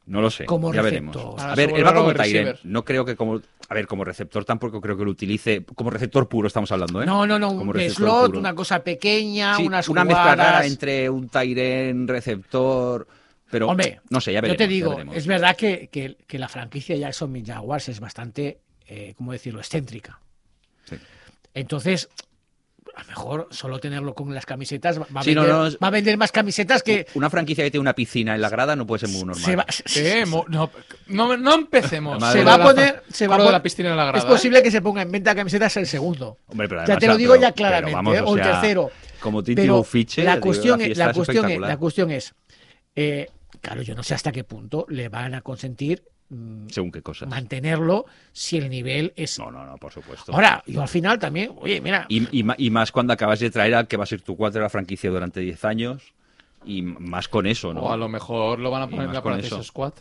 Speaker 3: no lo sé.
Speaker 2: como
Speaker 3: ya
Speaker 2: receptor.
Speaker 3: veremos.
Speaker 2: Para
Speaker 3: A ver, él va
Speaker 4: sobrarlo
Speaker 3: como
Speaker 4: de receiver.
Speaker 3: Tyrell. No creo que como. A ver, como receptor tampoco creo que lo utilice. Como receptor puro estamos hablando, ¿eh?
Speaker 2: No, no, no,
Speaker 3: Como
Speaker 2: un
Speaker 3: receptor
Speaker 2: slot,
Speaker 3: puro.
Speaker 2: una cosa pequeña,
Speaker 3: Sí,
Speaker 2: unas
Speaker 3: una mezcla rara
Speaker 2: jugadas.
Speaker 3: entre un Tyren, receptor. Pero.
Speaker 2: Hombre,
Speaker 3: no sé, ya veremos.
Speaker 2: Yo te
Speaker 3: ya
Speaker 2: digo,
Speaker 3: veremos.
Speaker 2: es verdad que, que- que la franquicia Jackson Jaguars es bastante, eh, ¿cómo decirlo?, excéntrica.
Speaker 3: Sí.
Speaker 2: Entonces, a lo mejor solo tenerlo con las camisetas va va a,
Speaker 3: Sí, no,
Speaker 2: vender,
Speaker 3: no, es-
Speaker 2: va a vender más camisetas que...
Speaker 3: Una franquicia que tiene una piscina en la grada no puede ser muy
Speaker 2: [LAUGHS]
Speaker 3: normal.
Speaker 2: Se va,
Speaker 4: ¿Qué? eh, Mo- No, no, no empecemos.
Speaker 3: La madre
Speaker 2: se
Speaker 3: de
Speaker 2: va a
Speaker 3: la-
Speaker 2: poner... Se va a
Speaker 4: Con lo de
Speaker 2: poner-
Speaker 4: la piscina en la grada.
Speaker 2: es posible que se ponga en venta camisetas el segundo.
Speaker 3: Hombre, pero
Speaker 2: ya
Speaker 3: además,
Speaker 2: te lo
Speaker 3: ah,
Speaker 2: digo
Speaker 3: pero-
Speaker 2: ya
Speaker 3: pero
Speaker 2: claramente,
Speaker 3: vamos,
Speaker 2: ¿eh?
Speaker 3: o
Speaker 2: o el
Speaker 3: sea,
Speaker 2: tercero.
Speaker 3: Como Titi
Speaker 2: Pero
Speaker 3: Bufiche,
Speaker 2: la
Speaker 3: digo,
Speaker 2: cuestión, es,
Speaker 3: fiesta
Speaker 2: la, cuestión es,
Speaker 3: espectacular.
Speaker 2: la cuestión es, eh, claro, yo no sé hasta qué punto le van a consentir mm,
Speaker 3: Según qué cosas.
Speaker 2: mantenerlo si el nivel es...
Speaker 3: No, no, no, por supuesto.
Speaker 2: Ahora, yo al final también, oye, mira,
Speaker 3: Y, y ma- y más cuando acabas de traer al que va a ser tu cuatro de la franquicia durante 10 años. Y más con eso, ¿no?
Speaker 4: ¿eh? O a lo mejor lo van a
Speaker 3: Y
Speaker 4: poner en
Speaker 3: más
Speaker 4: la
Speaker 3: con
Speaker 4: practice
Speaker 3: eso.
Speaker 4: squad.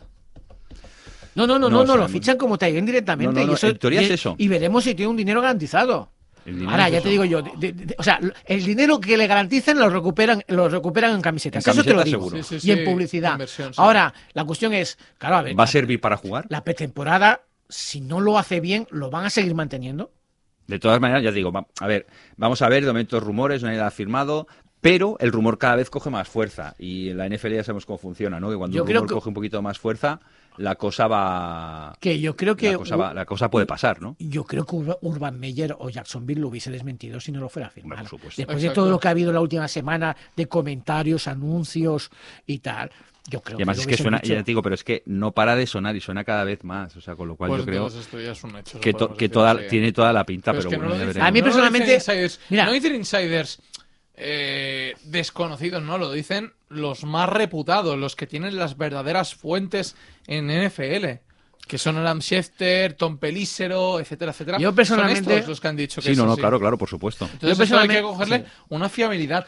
Speaker 2: no, no, no,
Speaker 3: no,
Speaker 2: no, no,
Speaker 3: o sea,
Speaker 2: lo fichan como Tyrion directamente.
Speaker 3: no, no,
Speaker 2: y
Speaker 3: no,
Speaker 2: eso,
Speaker 3: en teoría
Speaker 2: y,
Speaker 3: es eso.
Speaker 2: Y veremos si tiene un dinero garantizado.
Speaker 3: El dinero
Speaker 2: Ahora,
Speaker 3: es
Speaker 2: ya
Speaker 3: eso.
Speaker 2: te digo yo, de- de- de- o sea, el dinero que le garantizan lo recuperan, lo recuperan en camisetas.
Speaker 3: En
Speaker 2: eso te lo
Speaker 3: camisetas
Speaker 2: digo.
Speaker 3: seguro.
Speaker 4: Sí, sí,
Speaker 2: y
Speaker 4: sí,
Speaker 2: en publicidad.
Speaker 4: inversión, sí.
Speaker 2: Ahora, la cuestión es, claro, a ver,
Speaker 3: ¿Va a
Speaker 2: la-
Speaker 3: servir para jugar?
Speaker 2: la pretemporada, si no lo hace bien, ¿lo van a seguir manteniendo?
Speaker 3: De todas maneras, ya digo, va- a ver, vamos a ver, de momento rumores, no hay nada firmado, pero el rumor cada vez coge más fuerza y en la NFL ya sabemos cómo funciona, ¿no? Que cuando
Speaker 2: Yo
Speaker 3: un
Speaker 2: creo
Speaker 3: rumor
Speaker 2: que-
Speaker 3: coge un poquito más fuerza, la cosa va...
Speaker 2: Que yo creo que
Speaker 3: la, cosa va- la cosa puede pasar, ¿no?
Speaker 2: yo creo que Ur- Urban Meyer o Jacksonville lo hubiese desmentido si no lo fuera a firmar.
Speaker 3: Hombre, por supuesto.
Speaker 2: Después de
Speaker 4: Exacto.
Speaker 2: todo lo que ha habido la última semana de comentarios, anuncios y tal, yo creo
Speaker 3: Y además
Speaker 2: que lo
Speaker 3: es que
Speaker 2: hubiesen
Speaker 3: suena,
Speaker 2: dicho.
Speaker 3: ya te digo, pero es que no para de sonar y suena cada vez más, o sea, con lo cual
Speaker 4: Pues
Speaker 3: yo creo
Speaker 4: entonces pues esto ya es un hecho.
Speaker 3: que,
Speaker 4: lo
Speaker 3: to-
Speaker 4: podemos
Speaker 3: que
Speaker 4: decir
Speaker 3: toda,
Speaker 4: así.
Speaker 3: tiene toda la pinta,
Speaker 4: Pero es
Speaker 3: pero,
Speaker 4: que
Speaker 3: bueno,
Speaker 4: no
Speaker 3: ya
Speaker 4: lo dicen,
Speaker 3: veremos.
Speaker 2: A mí
Speaker 4: no lo dicen
Speaker 2: personalmente-
Speaker 4: insiders,
Speaker 2: mira.
Speaker 4: no dicen insiders eh, desconocidos, no, lo dicen los más reputados, los que tienen las verdaderas fuentes en NFL. Que son Adam Schefter, Tom Pelícero, etcétera, etcétera.
Speaker 2: Yo personalmente-
Speaker 4: Son estos los que han dicho que
Speaker 3: Sí,
Speaker 4: es
Speaker 3: no, no,
Speaker 4: así.
Speaker 3: claro, claro, por supuesto.
Speaker 4: Entonces
Speaker 2: Yo
Speaker 4: esto hay que
Speaker 2: personalmente-
Speaker 4: cogerle una fiabilidad.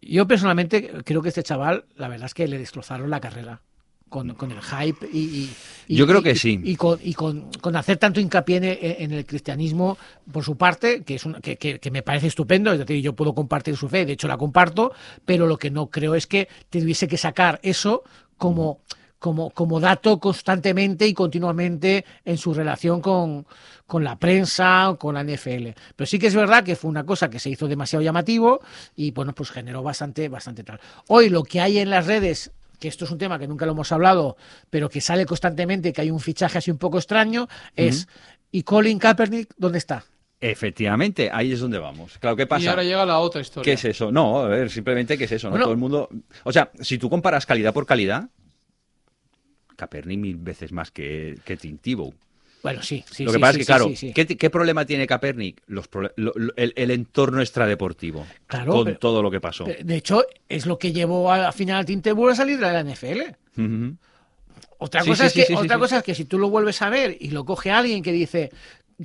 Speaker 2: Yo personalmente creo que este chaval, la verdad es que le destrozaron la carrera. Con, con el hype y, y- y-
Speaker 3: Yo creo
Speaker 2: y-
Speaker 3: que sí.
Speaker 2: Y con, y con- con hacer tanto hincapié en, e, en el cristianismo por su parte, que es una- que, que- que me parece estupendo, es decir, yo puedo compartir su fe, de hecho la comparto, pero lo que no creo es que tuviese que sacar eso como, como, como dato constantemente y continuamente en su relación con, con la prensa o con la NFL. Pero sí que es verdad que fue una cosa que se hizo demasiado llamativo y bueno, pues generó bastante, bastante tal. Hoy lo que hay en las redes, que esto es un tema que nunca lo hemos hablado, pero que sale constantemente, que hay un fichaje así un poco extraño, es ¿y Colin Kaepernick dónde está?
Speaker 3: Efectivamente, ahí es donde vamos. Claro, ¿qué pasa?
Speaker 4: Y ahora llega la otra historia.
Speaker 3: ¿Qué es eso? No, a ver, simplemente que es eso, ¿no?
Speaker 2: Bueno.
Speaker 3: Todo el mundo. O sea, si tú comparas calidad por calidad, Caperni mil veces más que, que Tim Tebow.
Speaker 2: Bueno, sí, sí.
Speaker 3: lo que
Speaker 2: sí, sí,
Speaker 3: pasa es que,
Speaker 2: sí,
Speaker 3: claro,
Speaker 2: sí, sí.
Speaker 3: ¿qué, ti- qué problema tiene Capernic? Los prole- lo- lo- el, el entorno extradeportivo.
Speaker 2: Claro,
Speaker 3: con
Speaker 2: pero-
Speaker 3: todo lo que pasó.
Speaker 2: De de hecho, es lo que llevó a- al final a Tim Tebow a salir de la NFL.
Speaker 3: Ujú.
Speaker 2: Otra
Speaker 3: Sí,
Speaker 2: cosa,
Speaker 3: sí,
Speaker 2: es,
Speaker 3: sí,
Speaker 2: que,
Speaker 3: sí, sí,
Speaker 2: otra
Speaker 3: sí.
Speaker 2: cosa es que si tú lo vuelves a ver y lo coge alguien que dice,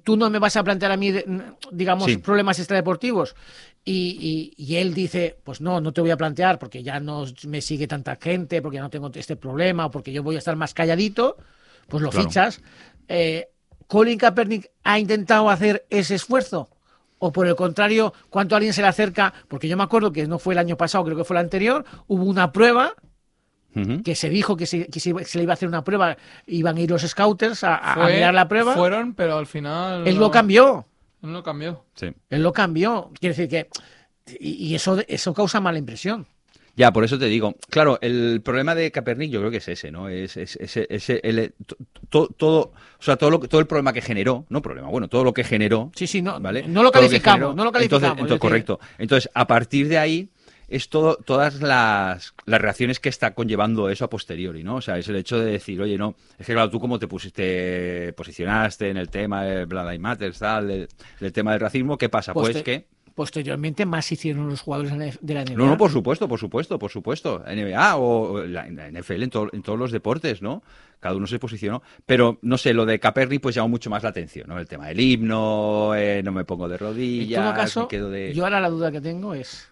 Speaker 2: tú no me vas a plantear a mí, de- n- digamos,
Speaker 3: Sí.
Speaker 2: problemas extradeportivos, y, y- y él dice, pues no, no te voy a plantear porque ya no me sigue tanta gente, porque ya no tengo este problema, o porque yo voy a estar más calladito, pues lo
Speaker 3: Claro.
Speaker 2: fichas. Eh, ¿Colin Kaepernick ha intentado hacer ese esfuerzo? O por el contrario, cuánto alguien se le acerca, porque yo me acuerdo que no fue el año pasado, creo que fue el anterior, hubo una prueba
Speaker 3: Ujú.
Speaker 2: que se dijo que se, que se iba- que se le iba a hacer una prueba, iban a ir los scouters a, a- a
Speaker 4: Fue-
Speaker 2: mirar la prueba.
Speaker 4: Fueron, pero al final.
Speaker 2: él
Speaker 4: no-
Speaker 2: lo cambió,
Speaker 4: Él lo cambió.
Speaker 3: Sí.
Speaker 2: él lo cambió. Quiere decir que. Y, y eso, eso causa mala impresión.
Speaker 3: Ya, por eso te digo. Claro, el problema de Capernic yo creo que es ese, ¿no? Es, es- es- es el- to- to- todo, o sea, todo, lo que- todo el problema que generó, no problema, bueno, todo lo que generó
Speaker 2: Sí, sí, no,
Speaker 3: ¿vale?
Speaker 2: no lo
Speaker 3: Todo que
Speaker 2: calificamos,
Speaker 3: generó.
Speaker 2: no lo calificamos.
Speaker 3: Entonces, entonces,
Speaker 2: es decir,
Speaker 3: correcto. Entonces, a partir de ahí es todo, todas las, las reacciones que está conllevando eso a posteriori, ¿no? O sea, es el hecho de decir, oye, no, es que claro, tú como te pusiste, posicionaste en el tema del Black Lives Matter, tal, del, del tema del racismo, ¿qué pasa? Pues,
Speaker 2: poster-
Speaker 3: que...
Speaker 2: Posteriormente, más hicieron los jugadores de la NBA.
Speaker 3: No, no, por supuesto, por supuesto, por supuesto. NBA o o la, la NFL en, to- en todos los deportes, ¿no? Cada uno se posicionó. Pero, no sé, lo de Caperri pues llamó mucho más la atención, ¿no? El tema del himno, eh, no me pongo de
Speaker 2: En
Speaker 3: rodillas,
Speaker 2: todo
Speaker 3: me
Speaker 2: caso,
Speaker 3: quedo de...
Speaker 2: yo ahora la duda que tengo es.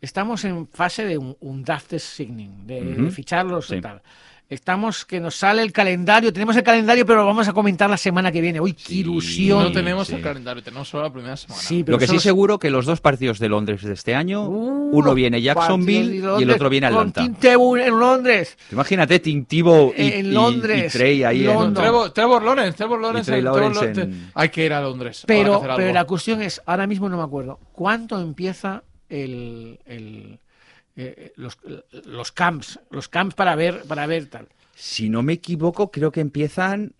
Speaker 2: Estamos en fase de un, un draft signing, de, de
Speaker 3: Ujú.
Speaker 2: ficharlos y
Speaker 3: Sí.
Speaker 2: tal. Estamos que nos sale el calendario, tenemos el calendario, pero lo vamos a comentar la semana que viene. Uy, qué
Speaker 3: Sí.
Speaker 2: ilusión.
Speaker 4: No tenemos
Speaker 3: sí.
Speaker 4: el calendario, tenemos solo la primera semana.
Speaker 2: Sí, pero
Speaker 3: Lo que sí
Speaker 2: solo-
Speaker 3: seguro que los dos partidos de Londres de este año,
Speaker 2: Uh,
Speaker 3: uno viene
Speaker 2: partido
Speaker 3: Jacksonville
Speaker 2: de
Speaker 3: y el
Speaker 2: Londres
Speaker 3: otro viene Atlanta.
Speaker 2: Con Tim Tebow en Londres.
Speaker 3: Imagínate Tim Tebow y,
Speaker 2: En
Speaker 3: y-
Speaker 2: Londres,
Speaker 3: y Trey ahí en-
Speaker 2: No, Londres.
Speaker 4: Trevor, Trevor Lawrence, Trevor Lawrence,
Speaker 3: Trey
Speaker 4: el-
Speaker 3: Lawrence
Speaker 4: Trevor Lawrence-
Speaker 3: en-
Speaker 4: Hay que ir a Londres. habrá
Speaker 2: Pero,
Speaker 4: que hacer
Speaker 2: pero
Speaker 4: algo.
Speaker 2: la cuestión es, ahora mismo no me acuerdo, ¿cuánto empieza el, el- eh, los, los camps? Los camps para ver, para ver tal.
Speaker 3: Si no me equivoco, creo que empiezan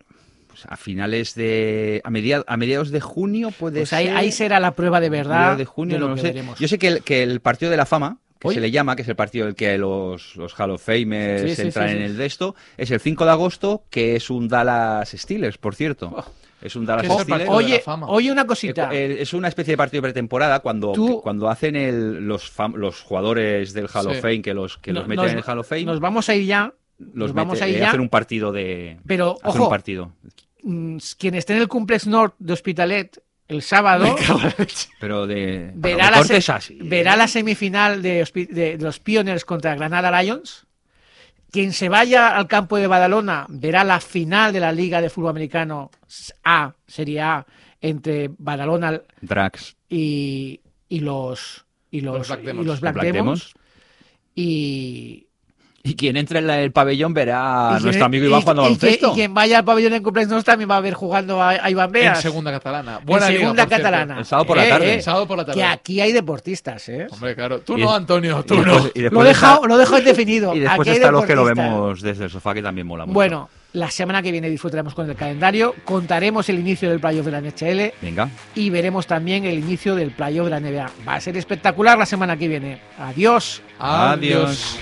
Speaker 3: pues, a finales de. a, media- a mediados de junio, puede
Speaker 2: Pues ahí,
Speaker 3: ser.
Speaker 2: ahí será la prueba de verdad
Speaker 3: mediados de junio,
Speaker 2: lo
Speaker 3: no lo
Speaker 2: que
Speaker 3: sé.
Speaker 2: veremos.
Speaker 3: Yo sé que el, que el partido de la fama, que
Speaker 2: Oye.
Speaker 3: se le llama, que es el partido en el que los, los Hall of Famers
Speaker 2: Sí, sí,
Speaker 3: entran
Speaker 2: sí, sí.
Speaker 3: en el de esto, es el 5 de agosto, que es un Dallas Steelers, por cierto.
Speaker 2: Oh.
Speaker 3: Es un Dallas
Speaker 4: ¿Qué es el
Speaker 3: Steelers.
Speaker 4: partido de la
Speaker 2: oye,
Speaker 4: fama.
Speaker 2: oye una cosita.
Speaker 3: Eh, eh, Es una especie de partido de pretemporada cuando,
Speaker 2: Tú-
Speaker 3: que- cuando hacen el- los, fam- los jugadores del Hall
Speaker 4: Sí.
Speaker 3: of Fame que los, que los
Speaker 2: No-
Speaker 3: meten
Speaker 2: nos-
Speaker 3: en el Hall of Fame.
Speaker 2: Nos vamos a ir ya.
Speaker 3: los
Speaker 2: nos vamos
Speaker 3: mete-
Speaker 2: a ir
Speaker 3: eh,
Speaker 2: ya.
Speaker 3: hacen un partido de.
Speaker 2: Pero,
Speaker 3: hacen
Speaker 2: ojo.
Speaker 3: un partido.
Speaker 2: Mm, Quien esté en el Complex North de Hospitalet el sábado
Speaker 3: Pero de. bueno,
Speaker 2: verá,
Speaker 3: de
Speaker 2: la, se-
Speaker 3: cortes así. eh,
Speaker 2: verá la semifinal de, hospi- de- de los Pioneers contra Granada Lions. Quien se vaya al campo de Badalona verá la final de la Liga de Fútbol Americano A, Serie A, entre Badalona
Speaker 3: Drax.
Speaker 2: y, y los y los,
Speaker 4: Los Black
Speaker 2: y
Speaker 4: Demons.
Speaker 2: los
Speaker 3: Black
Speaker 2: Black Demons.
Speaker 3: Demons.
Speaker 2: y,
Speaker 3: Y quien entra en la- el pabellón verá a
Speaker 2: y
Speaker 3: Ah, nuestro
Speaker 2: quien-
Speaker 3: amigo
Speaker 2: y-
Speaker 3: Iván jugando
Speaker 2: y quien-
Speaker 3: baloncesto.
Speaker 2: Y quien vaya al pabellón en cumpleaños Nostra también va a ver jugando a, a Iván
Speaker 4: En
Speaker 2: Beas.
Speaker 4: segunda catalana.
Speaker 2: En
Speaker 4: Buena liga,
Speaker 2: segunda
Speaker 4: por cierto.
Speaker 2: catalana.
Speaker 3: El sábado por la
Speaker 2: Eh,
Speaker 3: tarde.
Speaker 2: eh,
Speaker 4: El sábado por la tarde.
Speaker 2: que aquí hay deportistas, ¿eh?
Speaker 4: Hombre, claro. Tú
Speaker 3: Y
Speaker 4: no,
Speaker 3: es-
Speaker 4: Antonio.
Speaker 3: y
Speaker 4: Tú
Speaker 3: después-
Speaker 4: no.
Speaker 3: y después
Speaker 2: lo, deja-
Speaker 3: está-
Speaker 2: lo dejo indefinido.
Speaker 3: y después
Speaker 2: Aquí hay
Speaker 3: están los que lo
Speaker 2: deportistas.
Speaker 3: vemos desde el sofá, que también mola mucho.
Speaker 2: Bueno, la semana que viene disfrutaremos con el calendario, contaremos el inicio del playoff de la NHL
Speaker 3: Venga.
Speaker 2: y veremos también el inicio del playoff de la NBA. Va a ser espectacular la semana que viene. Adiós.
Speaker 4: Adiós.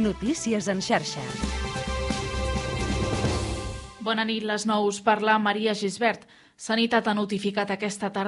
Speaker 5: Notícies en xarxa.
Speaker 6: Bona nit, les nous. Parla Maria Gisbert. Sanitat ha notificat aquesta tarda